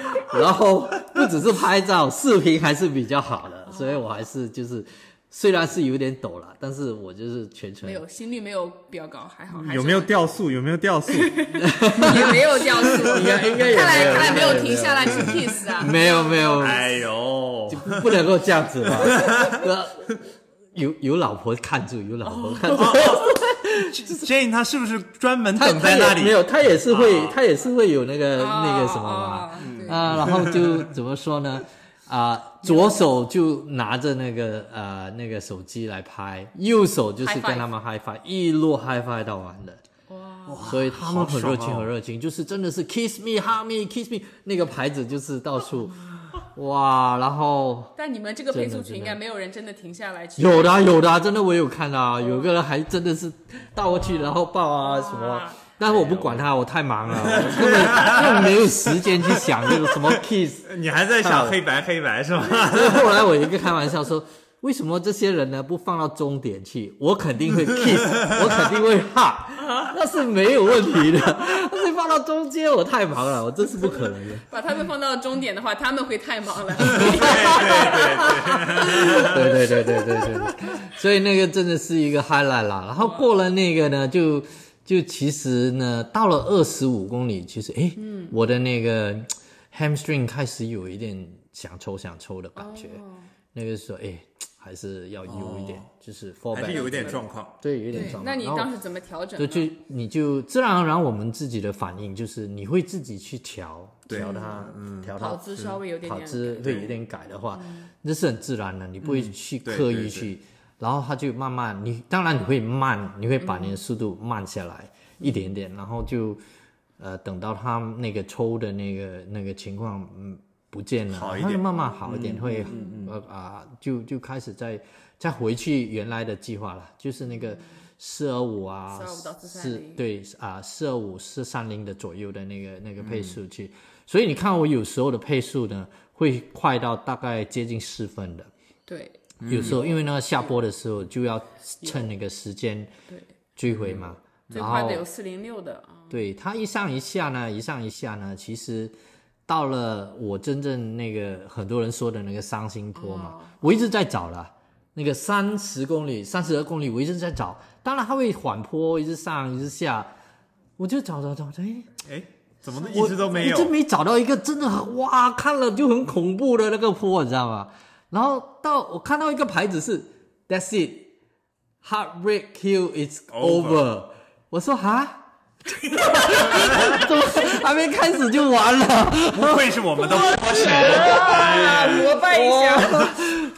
[SPEAKER 3] 然后不只是拍照，视频还是比较好的，所以我还是就是虽然是有点抖了，但是我就是全程
[SPEAKER 1] 没有心率没有比较高，
[SPEAKER 3] 嗯
[SPEAKER 1] 还好。还是
[SPEAKER 2] 有没有掉速？有没有掉速？
[SPEAKER 1] 也没有掉速，应
[SPEAKER 3] 该应该也
[SPEAKER 1] 看来
[SPEAKER 3] 没有
[SPEAKER 1] 看来没
[SPEAKER 3] 应该也
[SPEAKER 1] 有
[SPEAKER 3] 没
[SPEAKER 1] 停
[SPEAKER 3] 有
[SPEAKER 1] 下来去 kiss 啊。
[SPEAKER 3] 没有没 有
[SPEAKER 2] 哎呦，
[SPEAKER 3] 不能够这样子吧？呃有有老婆看住，有老
[SPEAKER 2] 哦
[SPEAKER 3] 婆看住，
[SPEAKER 2] Jane 他是不是专门
[SPEAKER 3] 他
[SPEAKER 2] 等
[SPEAKER 3] 他
[SPEAKER 2] 在那里？
[SPEAKER 3] 也没有，他也是会
[SPEAKER 2] 啊，哦
[SPEAKER 3] 他也是会有那个
[SPEAKER 1] 啊
[SPEAKER 3] 那个什么嘛。
[SPEAKER 1] 啊对
[SPEAKER 3] 啊，然后就怎么说呢？啊，左手就拿着那个呃那个手机来拍，右手就是跟他们 high five，一路 high five 到完的。
[SPEAKER 1] 哇，
[SPEAKER 3] 所以他们很热情，
[SPEAKER 2] 好爽哦
[SPEAKER 3] 很热情，就是真的是 kiss me, hug me, kiss me 那个牌子就是 到处，哇，然后
[SPEAKER 1] 但你们这个
[SPEAKER 3] 真
[SPEAKER 1] 陪
[SPEAKER 3] 的
[SPEAKER 1] 组
[SPEAKER 3] 真
[SPEAKER 1] 群应
[SPEAKER 3] 的
[SPEAKER 1] 该没有人真的停下来去。
[SPEAKER 3] 有的啊、有的、啊，真的我有看到啊，有个人还真的是倒过去然后抱啊什么啊，但是我不管他，我太忙了，我根本根本没有时间去想这个什么 kiss。
[SPEAKER 2] 你还在
[SPEAKER 3] 啊
[SPEAKER 2] 想黑白黑白是吗？
[SPEAKER 3] 所以后来我一个开玩笑说，为什么这些人呢不放到终点去？我肯定会 kiss，我肯定会 hug，那是没有问题的。 但是放到中间，我太忙了，我这是不可能的。
[SPEAKER 1] 把他们放到终点的话，他们会太 忙了。哦
[SPEAKER 2] 哎
[SPEAKER 3] 对对对对对对，所以那个真的是一个 highlight 啦。然后过了那个呢，就就其实呢，到了二十五公里，其实诶，我的那个嘖 hamstring 开始有一点想抽想抽的感觉。
[SPEAKER 1] 哦
[SPEAKER 3] 那个时候，诶，嘖还是要有一点，就是 fall
[SPEAKER 2] 哦还是
[SPEAKER 3] back，
[SPEAKER 2] 有一点状况。
[SPEAKER 3] 对，有一点
[SPEAKER 1] 对
[SPEAKER 3] 状，况。
[SPEAKER 1] 那你
[SPEAKER 3] 然后
[SPEAKER 1] 当时怎么调整
[SPEAKER 3] 就
[SPEAKER 1] 呢？
[SPEAKER 3] 就你就自然而然，我们自己的反应就是你会自己去调
[SPEAKER 2] 对
[SPEAKER 3] 调它，调它
[SPEAKER 1] 嗯跑姿稍微有点嗯
[SPEAKER 3] 跑
[SPEAKER 1] 点
[SPEAKER 3] 姿会有一点改的话，那是很自然的，你不会去
[SPEAKER 2] 对
[SPEAKER 3] 刻
[SPEAKER 2] 对
[SPEAKER 3] 意
[SPEAKER 2] 对
[SPEAKER 3] 去，然后它就慢慢，你当然你会慢，你会把你的速度慢下来一点点，然后就呃等到它那个抽的那个那个情况嗯不见了，
[SPEAKER 2] 好一
[SPEAKER 3] 它就
[SPEAKER 2] 点
[SPEAKER 3] 慢慢好一点，
[SPEAKER 1] 嗯
[SPEAKER 3] 会呃啊就就开始再再回去原来的计划了，就是那
[SPEAKER 1] 嗯
[SPEAKER 3] 个四二五
[SPEAKER 1] 425
[SPEAKER 3] 啊，
[SPEAKER 1] 到430
[SPEAKER 3] 四对啊四二五四三零的左右的那个那个配
[SPEAKER 1] 嗯
[SPEAKER 3] 速去，所以你看我有时候的配速呢会快到大概接近四分的，
[SPEAKER 1] 对
[SPEAKER 3] 有时候因为那个下坡的时候就要趁那个时间
[SPEAKER 1] 对，
[SPEAKER 3] 追回嘛，
[SPEAKER 1] 嗯最
[SPEAKER 3] 然
[SPEAKER 1] 快
[SPEAKER 3] 后
[SPEAKER 1] 的有四零六的啊，
[SPEAKER 3] 对它一上一下呢，一上一下呢，其实到了我真正那个很多人说的那个伤心坡嘛，我一直在找啦。那个三十公里、三十二公里，我一直在找。当然它会缓坡，一直上，一直下，我就找找找，哎，
[SPEAKER 2] 哎，怎么一
[SPEAKER 3] 我
[SPEAKER 2] 直都没
[SPEAKER 3] 我真
[SPEAKER 2] 有？
[SPEAKER 3] 没找到一个真的很哇，看了就很恐怖的那个坡，你知道吗？然后到我看到一个牌子是 That's it, Heartbreak Hill is
[SPEAKER 2] Over
[SPEAKER 3] over。我说哈， 怎么还没开始就完了？
[SPEAKER 2] 不愧是我们的波神，哎
[SPEAKER 1] 膜拜一下。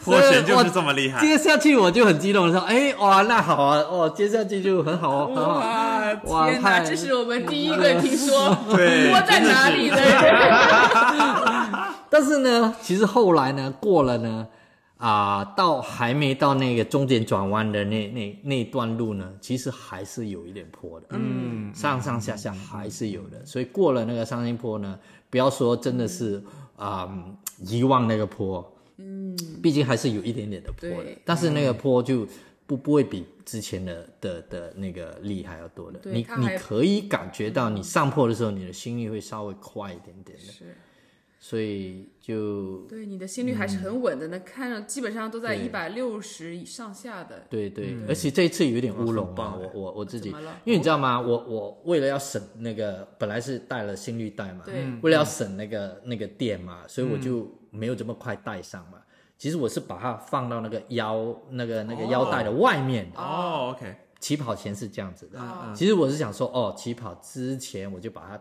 [SPEAKER 2] 波神就是这么厉害。
[SPEAKER 3] 接下去我就很激动说，哎，哇，那好啊，哦，接下去就很好啊，很好。
[SPEAKER 1] 哇
[SPEAKER 3] 哇
[SPEAKER 1] 天哪！
[SPEAKER 3] 太
[SPEAKER 1] 这是我们第一个听说
[SPEAKER 2] 对
[SPEAKER 1] 窝在哪里的人。
[SPEAKER 3] 但是呢，其实后来呢，过了呢，啊、到还没到那个终点转弯的那那那段路呢，其实还是有一点坡的，嗯，上上下下还是有的，所以过了那个上心坡呢，不要说真的是啊、嗯遗忘那个坡，嗯，毕竟还是有一点点的坡的
[SPEAKER 1] 对，
[SPEAKER 3] 但是那个坡就。不不会比之前的的的那个力还要多的，
[SPEAKER 1] 对
[SPEAKER 3] 你
[SPEAKER 1] 它
[SPEAKER 3] 你
[SPEAKER 1] 还
[SPEAKER 3] 可以感觉到你上坡的时候，你的心率会稍微快一点点的，
[SPEAKER 1] 是，
[SPEAKER 3] 所以就
[SPEAKER 1] 对，你的心率还是很稳的呢，看着基本上都在一
[SPEAKER 3] 嗯对
[SPEAKER 1] 百六十以上下的。
[SPEAKER 3] 对对，而且这一次有点乌龙
[SPEAKER 2] 很
[SPEAKER 3] 啊，
[SPEAKER 2] 棒
[SPEAKER 3] 我我我自己
[SPEAKER 1] 怎么了，
[SPEAKER 3] 因为你知道吗？我我为了要省那个，本来是带了心率带嘛
[SPEAKER 1] 对嗯，
[SPEAKER 3] 为了要省那个那个电嘛，所以我就没有这么快带上嘛。其实我是把它放到那个腰那个那个腰带的外面的，
[SPEAKER 2] 哦，OK，
[SPEAKER 3] 起跑前是这样子的。
[SPEAKER 1] 啊
[SPEAKER 3] 其实我是想说，哦，起跑之前我就把它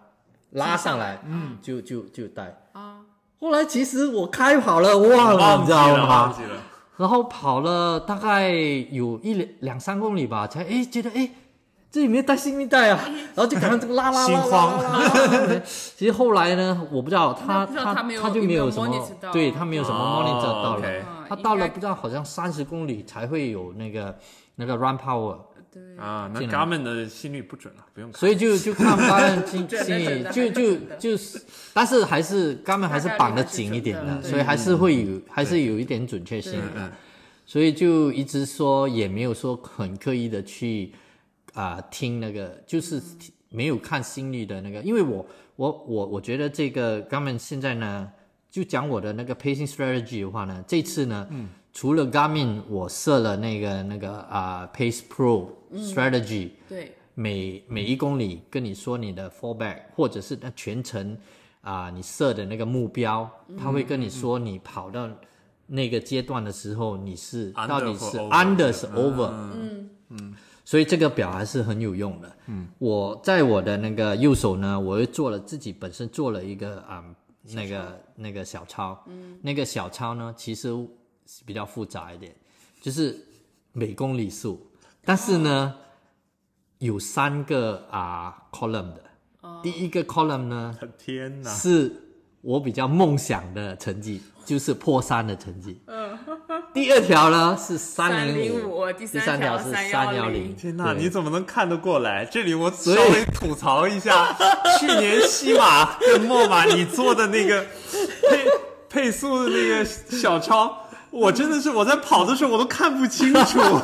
[SPEAKER 3] 拉上来，嗯，就就就带。
[SPEAKER 1] 啊，
[SPEAKER 3] 后来其实我开跑了，忘了，你知道吗
[SPEAKER 2] 忘？记了，
[SPEAKER 3] 然后跑了大概有一两两三公里吧，才哎觉得哎这里没带性命带啊，
[SPEAKER 1] 哎
[SPEAKER 3] 然后就赶快这个拉拉拉
[SPEAKER 2] 心慌
[SPEAKER 3] 拉拉拉拉。其实后来呢，我不知道
[SPEAKER 1] 那
[SPEAKER 3] 他
[SPEAKER 1] 不知道他没有
[SPEAKER 3] 他就没有什
[SPEAKER 1] 有没有
[SPEAKER 3] 么
[SPEAKER 1] monitor 到，
[SPEAKER 3] 对他没有什么
[SPEAKER 2] 哦
[SPEAKER 3] monitor 到了
[SPEAKER 2] OK，
[SPEAKER 1] 啊
[SPEAKER 3] 他到
[SPEAKER 1] 应
[SPEAKER 3] 了
[SPEAKER 1] 该
[SPEAKER 3] 不知道好像三十公里才会有那个那个 run power。
[SPEAKER 1] 对
[SPEAKER 2] 忘记了啊！那
[SPEAKER 3] 进来
[SPEAKER 2] Garmin 的心率不准了，不用看。
[SPEAKER 3] 所以就就看八人进
[SPEAKER 1] 准的准的还是
[SPEAKER 3] 进，就就
[SPEAKER 1] 准的
[SPEAKER 3] 就是，但是还是他们还是绑得紧一点
[SPEAKER 1] 大概率还是准
[SPEAKER 3] 的，
[SPEAKER 1] 的
[SPEAKER 3] 所以还是会有还是有一点准确性
[SPEAKER 1] 对
[SPEAKER 3] 的，所以就一直说也没有说很刻意的去啊、听那个，就是听没有看心率的那个，因为我我我我觉得这个他们现在呢，就讲我的那个 pacing strategy 的话呢，这次呢，除了 Garmin，我设了那个那个啊、Pace Pro Strategy，、
[SPEAKER 1] 对，
[SPEAKER 3] 每每一公里跟你说你的 fallback，或者是它全程啊、你设的那个目标，它会跟你说你跑到那个阶段的时候，你是
[SPEAKER 2] Under
[SPEAKER 3] 到底是
[SPEAKER 2] or over
[SPEAKER 3] under 是 over，、
[SPEAKER 1] 嗯
[SPEAKER 3] 所以这个表还是很有用的。嗯，我在我的那个右手呢，我又做了自己本身做了一个啊、那个那个小抄，嗯，那个小抄呢其实比较复杂一点，就是每公里数，但是呢、有三个啊、column 的，第一个 column 呢
[SPEAKER 2] 天哪！
[SPEAKER 3] 是我比较梦想的成绩，就是破三的成 绩。第二条呢是嗯三
[SPEAKER 1] 305
[SPEAKER 3] 第
[SPEAKER 1] 第
[SPEAKER 3] 三
[SPEAKER 1] 三
[SPEAKER 3] 条
[SPEAKER 1] 条
[SPEAKER 3] 是三幺
[SPEAKER 1] 310。
[SPEAKER 3] 零
[SPEAKER 2] 天哪，
[SPEAKER 3] 对
[SPEAKER 2] 你怎么能看得过来？这里我稍
[SPEAKER 3] 以
[SPEAKER 2] 微吐槽一下， 去年西马跟墨马你做的那个配配速的那个小超，我真的是我在跑的时候我都看不清 楚，
[SPEAKER 3] 所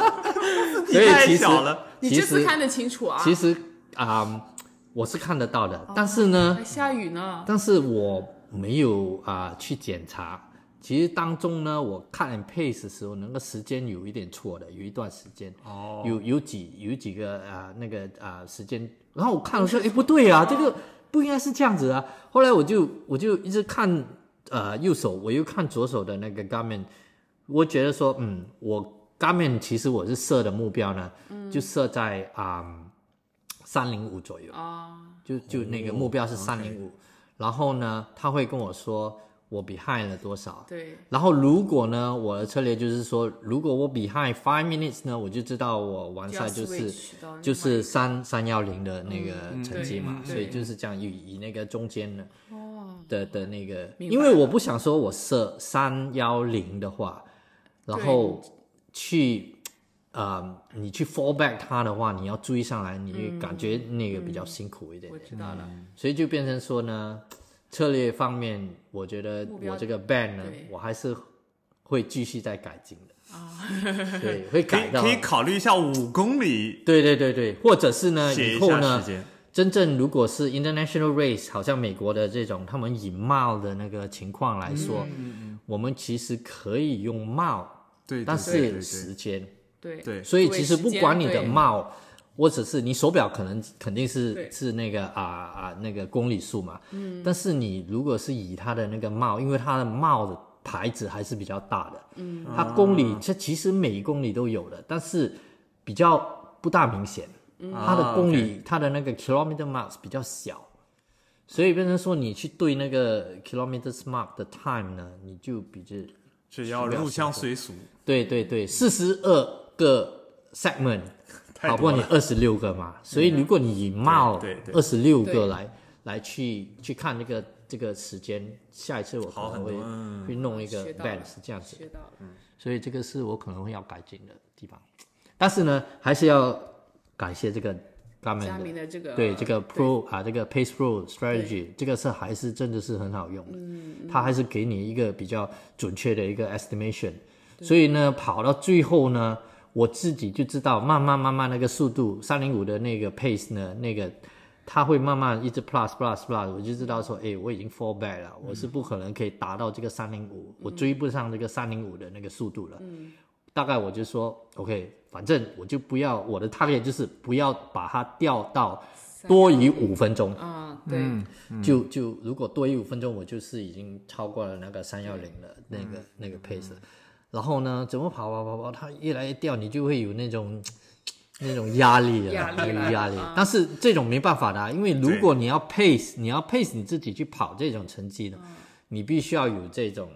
[SPEAKER 2] 你
[SPEAKER 3] 以
[SPEAKER 2] 太
[SPEAKER 3] 其实
[SPEAKER 2] 小了。
[SPEAKER 1] 你
[SPEAKER 3] 其
[SPEAKER 1] 这次
[SPEAKER 3] 实
[SPEAKER 1] 看得清楚啊？
[SPEAKER 3] 其实啊、我是看得到的，但是呢，
[SPEAKER 1] 还下雨呢。
[SPEAKER 3] 但是我没有啊、去检查。其实当中呢，我看 and pace 的时候，那个时间有一点错的，有一段时间，
[SPEAKER 2] 哦
[SPEAKER 3] 有有几有几个啊、那个啊、时间，然后我看了说，哎，不对啊，这个不应该是这样子啊。后来我就我就一直看呃右手，我又看左手的那个 Garmin，我觉得说，嗯，我 Garmin 其实我是设的目标呢，就设在啊三零五左右。
[SPEAKER 1] 啊，
[SPEAKER 3] 就就那个
[SPEAKER 2] 哦
[SPEAKER 3] 目标是
[SPEAKER 2] ，OK
[SPEAKER 3] 三零五，然后呢，他会跟我说我 behind 了多少，
[SPEAKER 1] 对，
[SPEAKER 3] 然后如果呢，我的策略就是说，如果我 behind five minutes 呢，我就知道我完赛
[SPEAKER 1] 就
[SPEAKER 3] 就
[SPEAKER 1] 要
[SPEAKER 3] 是
[SPEAKER 1] switch 到另外一个
[SPEAKER 3] 就是三三幺零的那个成绩嘛，
[SPEAKER 1] 嗯对
[SPEAKER 3] 所以
[SPEAKER 1] 对
[SPEAKER 3] 就是这样以以那个中间的
[SPEAKER 1] 哦，
[SPEAKER 3] 的的那个，
[SPEAKER 1] 明
[SPEAKER 3] 因
[SPEAKER 1] 白
[SPEAKER 3] 为
[SPEAKER 1] 了
[SPEAKER 3] 我不想说我设三幺零的话，然
[SPEAKER 1] 对
[SPEAKER 3] 后去呃你去 fall back 它的话，你要追上来，你感觉那个比较辛苦一点
[SPEAKER 1] 嗯我。知道了。
[SPEAKER 3] 所以就变成说呢，策略方面，我觉得
[SPEAKER 1] 目标
[SPEAKER 3] 我这个 ban 呢
[SPEAKER 1] 对，
[SPEAKER 3] 我还是会继续再改进的啊，对，会
[SPEAKER 2] 可
[SPEAKER 3] 改
[SPEAKER 2] 以
[SPEAKER 3] 到
[SPEAKER 2] 可，以考虑一下五公里，
[SPEAKER 3] 对对对对，或者是呢，
[SPEAKER 2] 写
[SPEAKER 3] 以
[SPEAKER 2] 一
[SPEAKER 3] 后
[SPEAKER 2] 下
[SPEAKER 3] 呢
[SPEAKER 2] 时，间。
[SPEAKER 3] 真正如果是 international race，好像美国的这种，他们以帽的那个情况来
[SPEAKER 1] 嗯
[SPEAKER 3] 说，我们其实可以用帽，
[SPEAKER 2] 对，
[SPEAKER 3] 但
[SPEAKER 2] 对
[SPEAKER 3] 是时间，
[SPEAKER 1] 对
[SPEAKER 2] 对对
[SPEAKER 3] 所以
[SPEAKER 1] 对
[SPEAKER 3] 其实
[SPEAKER 1] 时
[SPEAKER 3] 不
[SPEAKER 1] 间
[SPEAKER 3] 管你的
[SPEAKER 1] 对
[SPEAKER 3] 帽，或者是你手表，可能肯定是
[SPEAKER 1] 对
[SPEAKER 3] 是那个啊啊那个公里数嘛。嗯。但是你如果是以它的那个帽，因为它的帽的牌子还是比较大的，嗯，它公里这其实每一公里都有的，但是比较不大明显。嗯
[SPEAKER 2] 啊
[SPEAKER 3] 它的公里，它的那个 kilometer marks 比较小，所以变成说你去对那个 kilometer mark 的 time 呢，你就比这
[SPEAKER 2] 只要入乡随俗，
[SPEAKER 3] 对对对，四十二个 segment，
[SPEAKER 2] 太多了
[SPEAKER 3] 跑过你二十六个嘛，所以如果你以冒
[SPEAKER 2] 对对
[SPEAKER 3] 二十六个
[SPEAKER 1] 对
[SPEAKER 3] 来来去去看那个这个时间，下一次我可
[SPEAKER 2] 好
[SPEAKER 3] 能
[SPEAKER 2] 很多。
[SPEAKER 3] 会
[SPEAKER 2] 嗯，
[SPEAKER 3] 会弄一个
[SPEAKER 1] 学到
[SPEAKER 3] b a
[SPEAKER 1] 了
[SPEAKER 3] n 是这样子，
[SPEAKER 1] 学到了。
[SPEAKER 3] 所以这个是我可能会要改进的地方，但是呢，还是要感谢这个 Garmin
[SPEAKER 1] 佳
[SPEAKER 3] 的
[SPEAKER 1] 明的这个
[SPEAKER 3] 对这个 Pro 啊，这个 Pace
[SPEAKER 1] 对
[SPEAKER 3] Pro Strategy 这个是还是真的是很好用的，它还是给你一个比较准确的一个 estimation。所以呢，跑到最后呢，我自己就知道，慢慢慢慢那个速度，三零五的那个 pace 呢，那个它会慢慢一直 plus plus plus，我就知道说，哎，我已经 fall back 了，我是不可能可以达到这个三零五，我追不上这个三零五的那个速度了。大概我就说，OK，反正我就不要我的 target 就是不要把它掉到多于五分钟，
[SPEAKER 1] 啊，对，
[SPEAKER 3] 就就如果多于五分钟，我就是已经超过了那个三幺零的那个、那
[SPEAKER 1] 嗯
[SPEAKER 3] 个 pace，、然后呢，怎么跑跑跑跑，它越来越掉，你就会有那种那种压力了，
[SPEAKER 1] 压力
[SPEAKER 3] 有
[SPEAKER 1] 了
[SPEAKER 3] 压力
[SPEAKER 1] 啊。
[SPEAKER 3] 但是这种没办法的啊、因为如
[SPEAKER 2] 对
[SPEAKER 3] 果你要 pace，你要 pace 你自己去跑这种成绩的，
[SPEAKER 1] 嗯
[SPEAKER 3] 你必须要有这种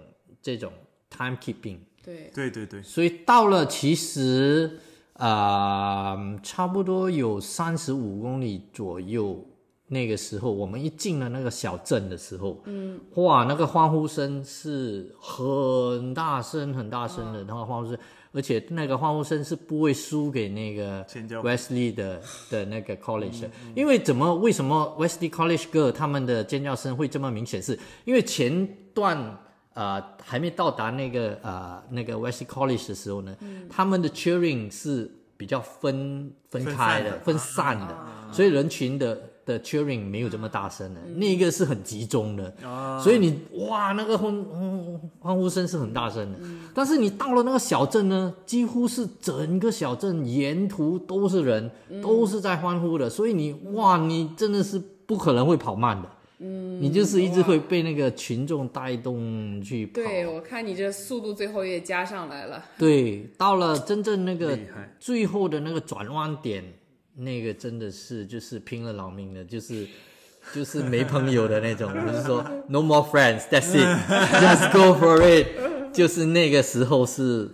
[SPEAKER 3] 这种 timekeeping。
[SPEAKER 1] 对，
[SPEAKER 2] 对对对，
[SPEAKER 3] 所以到了其实呃，差不多有三十五公里左右。那个时候，我们一进了那个小镇的时候，嗯，哇，那个欢呼声是很大声、很大声的，那个欢呼声，而且那个欢呼声是不会输给那个
[SPEAKER 2] 千交
[SPEAKER 3] Wesley 的的那个 college，的因为怎么为什么 Wesley College girl 他们的尖叫声会这么明显是？因为前段呃还没到达那个呃那个 Wesley College 的时候呢，他们的 cheering 是比较分分开的、分啊
[SPEAKER 2] 分
[SPEAKER 3] 散的，所以人群的的 cheering 没有这么大声的，那一个是很集中的，
[SPEAKER 2] 啊，
[SPEAKER 3] 所以你哇那个欢嗯欢呼声是很大声的。但是你到了那个小镇呢，几乎是整个小镇沿途都是人，都是在欢呼的，所以你哇你真的是不可能会跑慢的。嗯，你就是一直会被那个群众带动去跑。
[SPEAKER 1] 对，我看你这速度最后也加上来了。
[SPEAKER 3] 对，到了真正那个
[SPEAKER 2] 厉害
[SPEAKER 3] 最后的那个转弯点，那个真的是就是拼了老命的，就是就是没朋友的 那种，就是说 no more friends, that's it, just go for it，就是 那个时候是。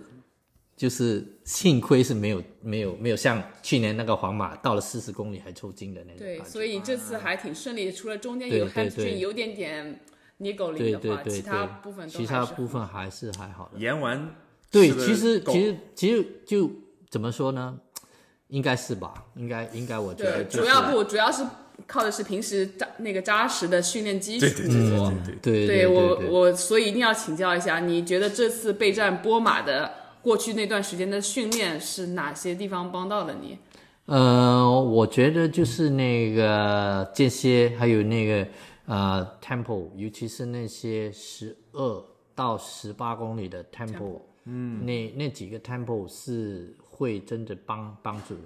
[SPEAKER 3] 就是幸亏是没有没有没有像去年那个皇马到了四十公里还抽筋的那种
[SPEAKER 1] 对，
[SPEAKER 3] 感觉
[SPEAKER 1] 所以这次还挺顺利，除了中间有
[SPEAKER 3] 对对
[SPEAKER 1] hamstring
[SPEAKER 3] 对
[SPEAKER 1] 有点点捏狗
[SPEAKER 3] 对
[SPEAKER 1] 铃的
[SPEAKER 3] 对
[SPEAKER 1] 话，
[SPEAKER 3] 对
[SPEAKER 1] 其他部分
[SPEAKER 3] 对，
[SPEAKER 1] 都
[SPEAKER 3] 其
[SPEAKER 1] 还
[SPEAKER 3] 他
[SPEAKER 1] 是
[SPEAKER 3] 部分还是还好的。
[SPEAKER 2] 盐丸
[SPEAKER 3] 对，
[SPEAKER 2] 吃的
[SPEAKER 3] 其实
[SPEAKER 2] 够
[SPEAKER 3] 其实其实就怎么说呢？应该是吧，应该应该，我觉得
[SPEAKER 1] 对，
[SPEAKER 3] 就是啊
[SPEAKER 1] 主要不主要是靠的是平时扎那个扎实的训练基础。
[SPEAKER 2] 对对
[SPEAKER 3] 嗯
[SPEAKER 2] 对对对对，
[SPEAKER 3] 对
[SPEAKER 1] 对
[SPEAKER 3] 对
[SPEAKER 1] 我
[SPEAKER 3] 对
[SPEAKER 1] 我所以一定要请教一下，你觉得这次备战波马的过去那段时间的训练是哪些地方帮到了你？
[SPEAKER 3] 呃，我觉得就是那个间歇，还有那个呃 tempo，尤其是那些十二到十八公里的 tempo，嗯，那那几个 tempo 是会真的帮帮助的。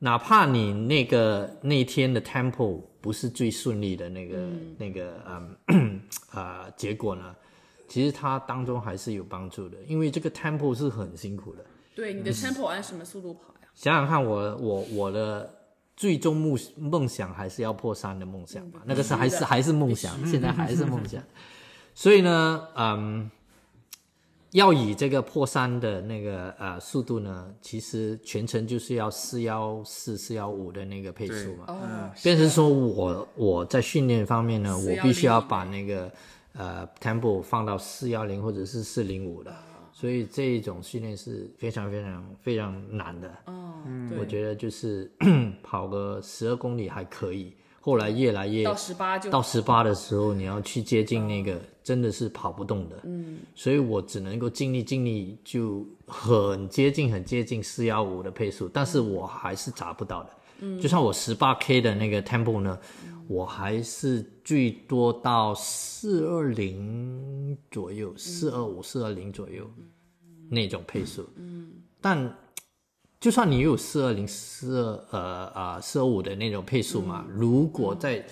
[SPEAKER 3] 哪怕你那个那一天的 tempo 不是最顺利的那个、那个嗯 呃结果呢，其实它当中还是有帮助的，因为这个 tempo 是很辛苦的。
[SPEAKER 1] 对，
[SPEAKER 3] 嗯
[SPEAKER 1] 你的 tempo 按什么速度跑呀？
[SPEAKER 3] 想想看我，我我的最终梦梦想还是要破三的梦想吧，那个是还
[SPEAKER 1] 必须
[SPEAKER 3] 是
[SPEAKER 1] 的
[SPEAKER 3] 还是梦想，现在还是梦想。 所以呢，嗯，要以这个破三的那个呃速度呢，其实全程就是要四幺四四幺五的那个配速嘛。
[SPEAKER 2] 嗯
[SPEAKER 1] 哦，
[SPEAKER 3] 变成说我我在训练方面呢，我
[SPEAKER 1] 410
[SPEAKER 3] 必须要把那个呃 tempo 放到四幺零或者是四零五的，所以这一种训练是非常非常非常难的。
[SPEAKER 1] 哦，
[SPEAKER 3] 我
[SPEAKER 1] 对，
[SPEAKER 3] 觉得就是 跑个十二公里还可以，后来越来越
[SPEAKER 1] 到十八就
[SPEAKER 3] 到十八的时候，你要去接近那个真的是跑不动的，嗯，所以我只能够尽力尽力，就很接近很接近四幺五的配速，但是我还是达不到的，嗯，就算我十八 K 的那个 tempo 呢，我还是最多到四二零左右，四二五四二零左右那种配速，嗯，但就算你有四二零四二呃啊四二五的那种配速嘛，如果在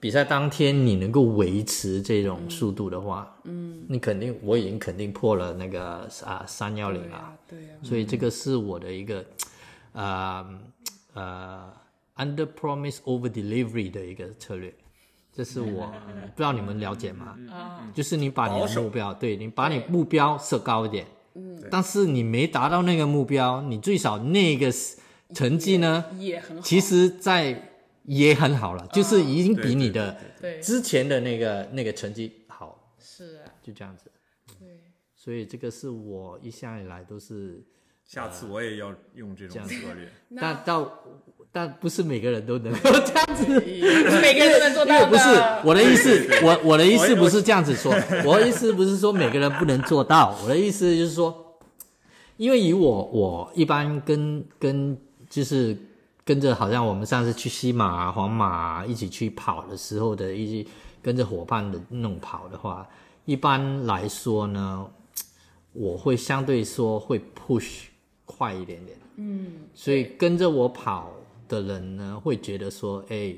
[SPEAKER 3] 比赛当天你能够维持这种速度的话，嗯，你肯定我已经肯定破了那个啊三幺零
[SPEAKER 1] 对
[SPEAKER 3] 了，
[SPEAKER 1] 呀，对啊呀，
[SPEAKER 3] 所以这个是我的一个呃呃 under promise over delivery 的一个策略，这是我
[SPEAKER 1] 嗯
[SPEAKER 3] 不知道你们了解吗？
[SPEAKER 1] 啊，
[SPEAKER 3] 就是你把你
[SPEAKER 2] 嗯保
[SPEAKER 3] 的
[SPEAKER 2] 守
[SPEAKER 3] 目标，对你把你
[SPEAKER 1] 对
[SPEAKER 3] 目标设高一点，嗯，但是你没达到那个目标，你最少那个 s- 成绩呢，
[SPEAKER 2] 嗯
[SPEAKER 1] 也很好。
[SPEAKER 3] 其实在也很好了，就是已经比你的
[SPEAKER 1] 对，
[SPEAKER 3] 之前的那个那个成绩好，
[SPEAKER 1] 是啊，
[SPEAKER 3] 就这样子。
[SPEAKER 1] 对。
[SPEAKER 3] 所以这个是我一向以来都是，
[SPEAKER 2] 下
[SPEAKER 3] 呃
[SPEAKER 2] 次我也要用这种策略。
[SPEAKER 3] 但到但不是每个人都能够这样子。
[SPEAKER 1] 每个人都能做
[SPEAKER 3] 因为
[SPEAKER 1] 到的。
[SPEAKER 3] 不是我的意思，我我的意思
[SPEAKER 2] 我
[SPEAKER 3] 不是这样子说，我的意思不是说每个人不能做到，我的意思就是说，因为以我我一般跟跟就是跟着好像我们上次去西马、啊、皇马啊、一起去跑的时候的一起跟着伙伴的那种跑的话，一般来说呢，我会相对说会 push 快一点点，嗯，所以跟着我跑的人呢，会觉得说，哎。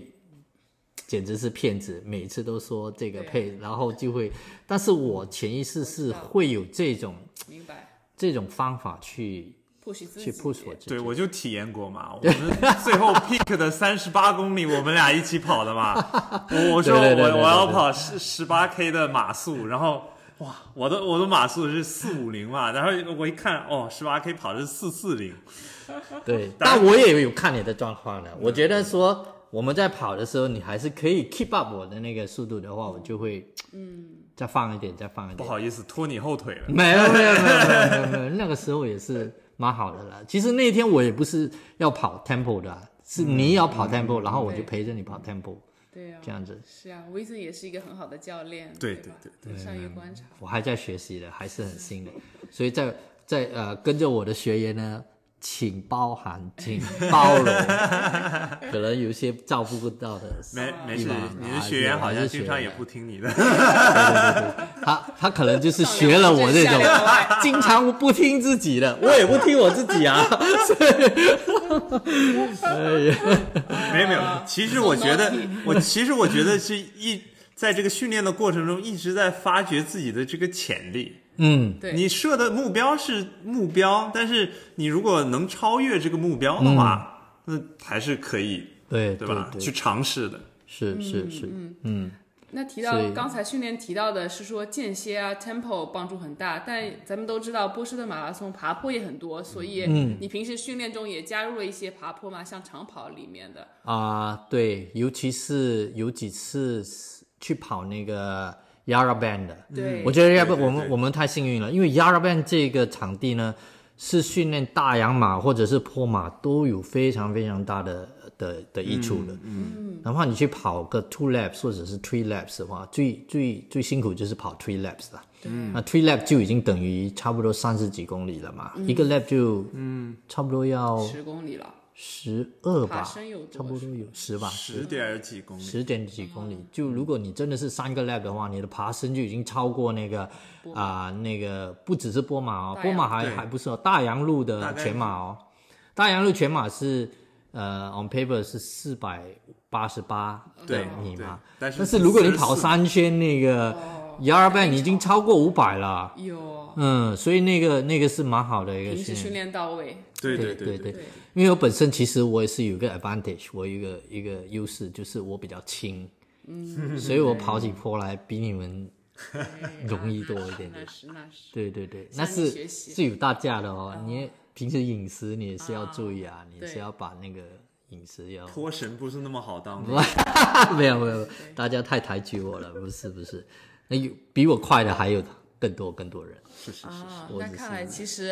[SPEAKER 3] 简直是骗子，每次都说这个配，然后就会，但是我潜意识是会有这种
[SPEAKER 1] 明白
[SPEAKER 3] 这种方法去
[SPEAKER 1] ，push 自己
[SPEAKER 3] 去 push 我自己。
[SPEAKER 2] 对，我就体验过 嘛。我们最后 pick 的三十八公里，我们俩一起跑的嘛。我我说
[SPEAKER 3] 对对对对
[SPEAKER 2] 我
[SPEAKER 3] 对
[SPEAKER 2] 我要跑十十八 K 的马速，然后哇，我的我的马速是四五零嘛，然后我一看哦，十八 K 跑的是四四零，
[SPEAKER 3] 对，但我也有看你的状况的。我觉得说我们在跑的时候，你还是可以 keep up 我的那个速度的话，我就会嗯再放一点，再放一
[SPEAKER 2] 不
[SPEAKER 3] 点。
[SPEAKER 2] 好意思拖你后腿了。
[SPEAKER 3] 没有没有没有没有没有，那个时候也是蛮好的了。其实那天我也不是要跑 tempo 的啊，是你要跑 tempo，、然后我就
[SPEAKER 1] 对
[SPEAKER 3] 陪着你跑 tempo
[SPEAKER 1] 对啊，
[SPEAKER 3] 这样子。
[SPEAKER 1] 是啊，威森也是一个很好的教练，
[SPEAKER 2] 对
[SPEAKER 1] 对吧
[SPEAKER 2] 对
[SPEAKER 1] 善于观察。
[SPEAKER 3] 我还在学习的，还是很新的，所以在在呃跟着我的学员呢，请 包含，请包容，可能有一些照顾到的
[SPEAKER 2] 没没事
[SPEAKER 3] 地方，
[SPEAKER 2] 你
[SPEAKER 3] 啊
[SPEAKER 2] 的学员好
[SPEAKER 3] 还
[SPEAKER 2] 像
[SPEAKER 3] 是
[SPEAKER 2] 经
[SPEAKER 3] 学
[SPEAKER 2] 常也
[SPEAKER 3] 员
[SPEAKER 2] 不听 你的。
[SPEAKER 3] 他他可能就是学了我这
[SPEAKER 1] 上
[SPEAKER 3] 种
[SPEAKER 1] 梁不正下梁歪
[SPEAKER 3] 经常不听自己的，我也不听我自 己啊。
[SPEAKER 2] 没有没有，其实我觉得，我其实我觉得是一在这个训练的过程中，一直在发掘自己的这个潜力。
[SPEAKER 3] 嗯，
[SPEAKER 1] 对
[SPEAKER 2] 你设的目标是目标，但是你如果能超越这个目标的话，那还是可以，
[SPEAKER 3] 对
[SPEAKER 2] 对
[SPEAKER 3] 嗯对
[SPEAKER 2] 吧？去尝试的。
[SPEAKER 3] 是是是，嗯，
[SPEAKER 1] 那提
[SPEAKER 3] 所
[SPEAKER 1] 到
[SPEAKER 3] 以
[SPEAKER 1] 刚才训练提到的是说间歇啊，tempo 帮助很大，但
[SPEAKER 3] 嗯
[SPEAKER 1] 咱们都知道波士顿马拉松爬坡也很多，所以
[SPEAKER 3] 嗯
[SPEAKER 1] 你平时训练中也加入了一些爬坡嘛，像长跑里面的。
[SPEAKER 3] 啊，对，尤其是有几次去跑那个 Yarra Band 的，嗯
[SPEAKER 1] 对，
[SPEAKER 3] 我觉得 Yarra
[SPEAKER 2] 对
[SPEAKER 3] Band
[SPEAKER 2] 对
[SPEAKER 3] 我们
[SPEAKER 2] 对
[SPEAKER 3] 我们太幸运了，因为 Yarra Band 这个场地呢，是训练大洋马或者是坡马都有非常非常大的的的益处的。嗯，哪怕你去跑个 two laps 或者是 three laps 的话，最最最辛苦就是跑 three laps 了。嗯，那 three lap 就已经等于差不多三十几公里了嘛，一个 lap 就嗯差不多要
[SPEAKER 1] 十公里了，
[SPEAKER 3] 十二吧，
[SPEAKER 1] 爬升有
[SPEAKER 3] 差
[SPEAKER 1] 多
[SPEAKER 3] 不多有十吧，
[SPEAKER 2] 十点几公里，
[SPEAKER 3] 十点几公
[SPEAKER 1] 嗯
[SPEAKER 3] 里，就如果你真的是三个 lap 的话，你的爬升就已经超过那个啊、那个不只是波马哦，
[SPEAKER 1] 大洋
[SPEAKER 3] 波马还
[SPEAKER 2] 对
[SPEAKER 3] 还不是哦，大洋路
[SPEAKER 2] 大
[SPEAKER 3] 的
[SPEAKER 2] 概
[SPEAKER 3] 全马哦，大洋路全马是呃 on paper 是四百八十八
[SPEAKER 2] 对
[SPEAKER 3] 米
[SPEAKER 2] 对
[SPEAKER 3] 嘛，
[SPEAKER 2] 但是
[SPEAKER 3] 但是如果你
[SPEAKER 2] 44
[SPEAKER 3] 跑三圈那个
[SPEAKER 1] 哦
[SPEAKER 3] 一二半，你已经超过五百了，
[SPEAKER 1] 有啊
[SPEAKER 3] 嗯，所以那个那个是蛮好的一个
[SPEAKER 1] 平时
[SPEAKER 3] 训练
[SPEAKER 1] 训。练到 位，
[SPEAKER 2] 对
[SPEAKER 3] 对
[SPEAKER 2] 对
[SPEAKER 3] 对
[SPEAKER 1] 对，
[SPEAKER 3] 因为我本身其实我也是有一个 advantage，我有一个一个优势就是我比较轻，嗯，所以我跑起坡来比你们容易多一点
[SPEAKER 1] 哎那
[SPEAKER 3] 点。
[SPEAKER 1] 是那是。
[SPEAKER 3] 对对对，
[SPEAKER 1] 向
[SPEAKER 3] 那
[SPEAKER 1] 你
[SPEAKER 3] 是
[SPEAKER 1] 学习
[SPEAKER 3] 是有大价的哦。你也平时饮食你也是要注意啊，你也是
[SPEAKER 1] 对
[SPEAKER 3] 要把那个饮食要
[SPEAKER 2] 坡神不是那么好当的。
[SPEAKER 3] 没有没有，大家太抬举我了，不是不是，那有比我快的还有更多更多人。
[SPEAKER 2] 是是是，
[SPEAKER 1] 啊，
[SPEAKER 3] 我
[SPEAKER 1] 那
[SPEAKER 3] 只
[SPEAKER 1] 看
[SPEAKER 3] 是
[SPEAKER 1] 来其实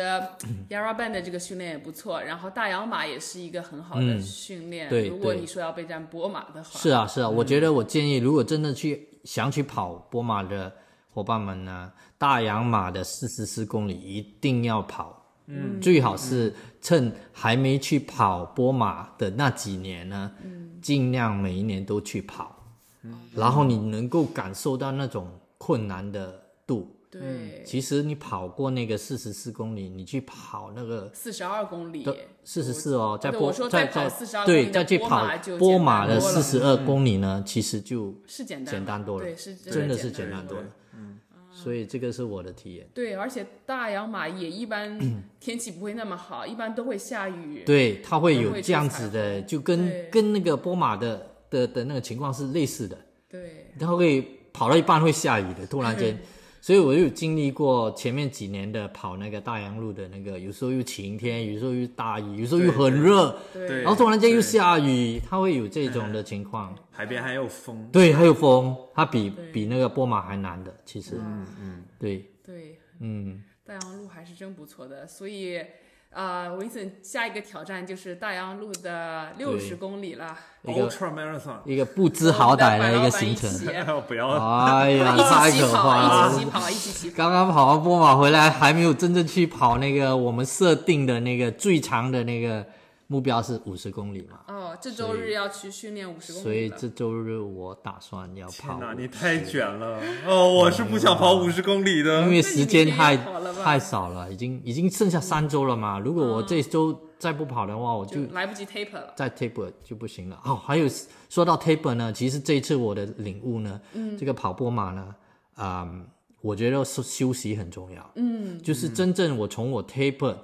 [SPEAKER 1] Yara Band 的这个训练也不错，然后大洋马也是一个很好的训练。
[SPEAKER 3] 嗯对
[SPEAKER 1] 如果
[SPEAKER 3] 对
[SPEAKER 1] 你说要备战波马的话，
[SPEAKER 3] 是啊，是啊，我觉得我建议，如果真的去想去跑波马的伙伴们呢，大洋马的四十四公里一定要跑，嗯，最好是趁还没去跑波马的那几年呢，尽量每一年都去跑，然后你能够感受到那种困难的度。
[SPEAKER 1] 对，
[SPEAKER 3] 嗯其实你跑过那个四十四公里，你去跑那个
[SPEAKER 1] 四十二公里，
[SPEAKER 3] 呃四十四哦，在
[SPEAKER 1] 对
[SPEAKER 3] 波
[SPEAKER 1] 我说
[SPEAKER 3] 在
[SPEAKER 1] 再跑
[SPEAKER 3] 在
[SPEAKER 1] 42公
[SPEAKER 3] 对
[SPEAKER 1] 里
[SPEAKER 3] 再
[SPEAKER 1] 的
[SPEAKER 3] 去
[SPEAKER 1] 波
[SPEAKER 3] 跑
[SPEAKER 1] 马就
[SPEAKER 3] 波
[SPEAKER 1] 简
[SPEAKER 3] 马
[SPEAKER 1] 单
[SPEAKER 3] 的
[SPEAKER 1] 多
[SPEAKER 3] 四
[SPEAKER 1] 了嗯
[SPEAKER 3] 十二公里呢，其实就是
[SPEAKER 1] 简单
[SPEAKER 3] 简单多了，
[SPEAKER 1] 对，是
[SPEAKER 3] 真的
[SPEAKER 1] 的
[SPEAKER 3] 是
[SPEAKER 1] 简
[SPEAKER 3] 简单多
[SPEAKER 1] 多
[SPEAKER 3] 了。。所以这个是我的体验。
[SPEAKER 1] 对，而且大洋马也一 般天气不会那么好，一般都会下雨。
[SPEAKER 3] 对，它会
[SPEAKER 1] 都
[SPEAKER 3] 有
[SPEAKER 1] 会
[SPEAKER 3] 这样
[SPEAKER 1] 出彩
[SPEAKER 3] 子的，就
[SPEAKER 1] 对
[SPEAKER 3] 跟跟那个波马的的的那个情况是类似的，
[SPEAKER 1] 对
[SPEAKER 3] 它会跑到一半会下雨的，突然 间。所以我有经历过前面几年的跑那个大洋路的那个，有时候又晴天，有时候又大雨，有时候又
[SPEAKER 2] 对
[SPEAKER 3] 很
[SPEAKER 2] 对
[SPEAKER 3] 热，
[SPEAKER 1] 对
[SPEAKER 2] 对
[SPEAKER 3] 然后突然间又
[SPEAKER 2] 对
[SPEAKER 3] 下雨，它会有这种的情况。
[SPEAKER 2] 海边还有风，
[SPEAKER 3] 对，还有风，它比
[SPEAKER 1] 对
[SPEAKER 3] 比那个波马还难的，其实。嗯嗯，对，
[SPEAKER 1] 对，
[SPEAKER 3] 嗯，
[SPEAKER 1] 大洋路还是真不错的，所以。啊、w i n c e n t 下一个挑战就是大洋路的六十公里了。
[SPEAKER 3] 一个
[SPEAKER 2] ultra marathon。
[SPEAKER 3] 一个不知好歹
[SPEAKER 1] 的
[SPEAKER 3] 的一个行程。
[SPEAKER 2] 不要，
[SPEAKER 3] 哎呀，
[SPEAKER 1] 啊
[SPEAKER 3] 太
[SPEAKER 1] 一起起
[SPEAKER 3] 可怕
[SPEAKER 1] 跑，一起
[SPEAKER 3] 了！
[SPEAKER 1] 起跑，一起起 跑。
[SPEAKER 3] 刚刚跑完波马回来，还没有真正去跑那个我们设定的那个最长的那个目标是五十公里嘛，
[SPEAKER 1] 哦，这周日要去训练五十公
[SPEAKER 3] 所
[SPEAKER 1] 里
[SPEAKER 3] 以
[SPEAKER 1] 了。
[SPEAKER 3] 这周日我打算要
[SPEAKER 2] 天。
[SPEAKER 3] 跑嗯
[SPEAKER 2] 哪，你太卷了！哦，我是不想跑五十公里的
[SPEAKER 3] 因。为时间
[SPEAKER 1] 那
[SPEAKER 3] 太
[SPEAKER 1] 你明天也跑了吧嗯
[SPEAKER 3] 太少了，已经已经剩下三周了嘛。如果我这周再不跑的话，我就
[SPEAKER 1] 就来不及 taper 了。
[SPEAKER 3] 在 Taper 就不行了。哦，还有说到 Taper 呢，其实这一次我的领悟呢，这个跑波马呢，啊、我觉得休休息很重要。嗯，就是真正我从我 Taper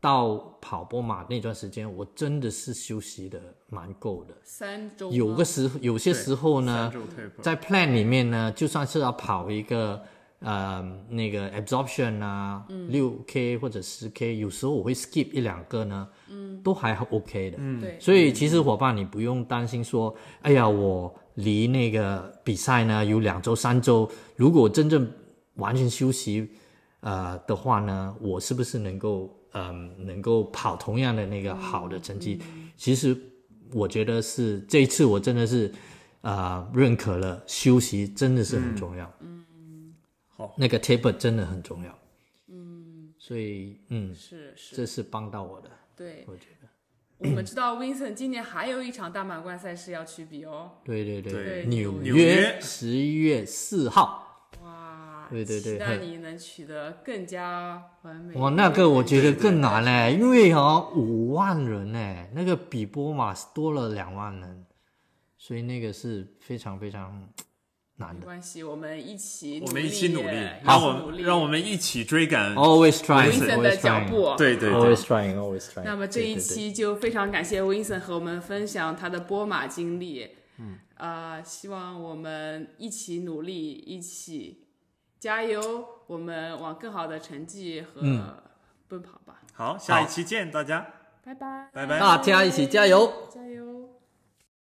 [SPEAKER 3] 到跑波马那段时间，我真的是休息的蛮够的。
[SPEAKER 1] 三周
[SPEAKER 3] 有
[SPEAKER 1] 吗
[SPEAKER 3] 个时有些时候呢，
[SPEAKER 2] 三周 taper
[SPEAKER 3] 在 plan 里面呢，就算是要跑一个呃那个 absorption 啊，六 k 或者十 k，有时候我会 skip 一两个呢，嗯，都还 OK 的，嗯
[SPEAKER 1] 对
[SPEAKER 3] 所以其实伙伴你不用担心说，哎呀，我离那个比赛呢有两周三周，如果真正完全休息呃的话呢，我是不是能够嗯、能够跑同样的那个好的成绩？其实我觉得是这一次我真的是啊、呃认可了休息真的是很重要，嗯，
[SPEAKER 2] 好，
[SPEAKER 3] 那个 taper 真的很重要，嗯，所以嗯，
[SPEAKER 1] 是是，
[SPEAKER 3] 这是帮到我的，
[SPEAKER 1] 对，
[SPEAKER 3] 我觉得。
[SPEAKER 1] 我们知道 Vincent 今年还有一场大满贯赛事要去比哦。
[SPEAKER 3] 对对
[SPEAKER 2] 对
[SPEAKER 3] 纽
[SPEAKER 2] 纽约
[SPEAKER 3] 十一月四号，
[SPEAKER 1] 哇，
[SPEAKER 3] 对对对
[SPEAKER 1] 期待
[SPEAKER 3] 很
[SPEAKER 1] 你能取得更加完美。
[SPEAKER 3] 哇，那个我觉得更难嘞，因为哦五万人呢，那个比波马是多了两万人，所以那个是非常非常难
[SPEAKER 1] 没
[SPEAKER 3] 的。
[SPEAKER 1] 关系，我们一起，
[SPEAKER 2] 我们一起努力，让
[SPEAKER 1] 好，
[SPEAKER 2] 我
[SPEAKER 1] 努
[SPEAKER 2] 们
[SPEAKER 1] 力
[SPEAKER 2] 让我们一起追赶。
[SPEAKER 3] Always trying,
[SPEAKER 1] Vincent 的
[SPEAKER 3] always
[SPEAKER 1] 脚
[SPEAKER 3] trying,
[SPEAKER 1] 步。
[SPEAKER 2] 对对对
[SPEAKER 3] always trying, always trying。
[SPEAKER 1] 那么这一
[SPEAKER 3] 哎对对对
[SPEAKER 1] 期就非常感谢 Vincent 和我们分享他的波马经历。嗯，啊，希望我们一起努力，一起加油，我们往更好的成绩和
[SPEAKER 3] 嗯
[SPEAKER 1] 奔跑吧。
[SPEAKER 2] 好，下一期见，大家。
[SPEAKER 1] 拜拜，
[SPEAKER 2] 拜拜
[SPEAKER 3] 大家一起加油！
[SPEAKER 1] 加油！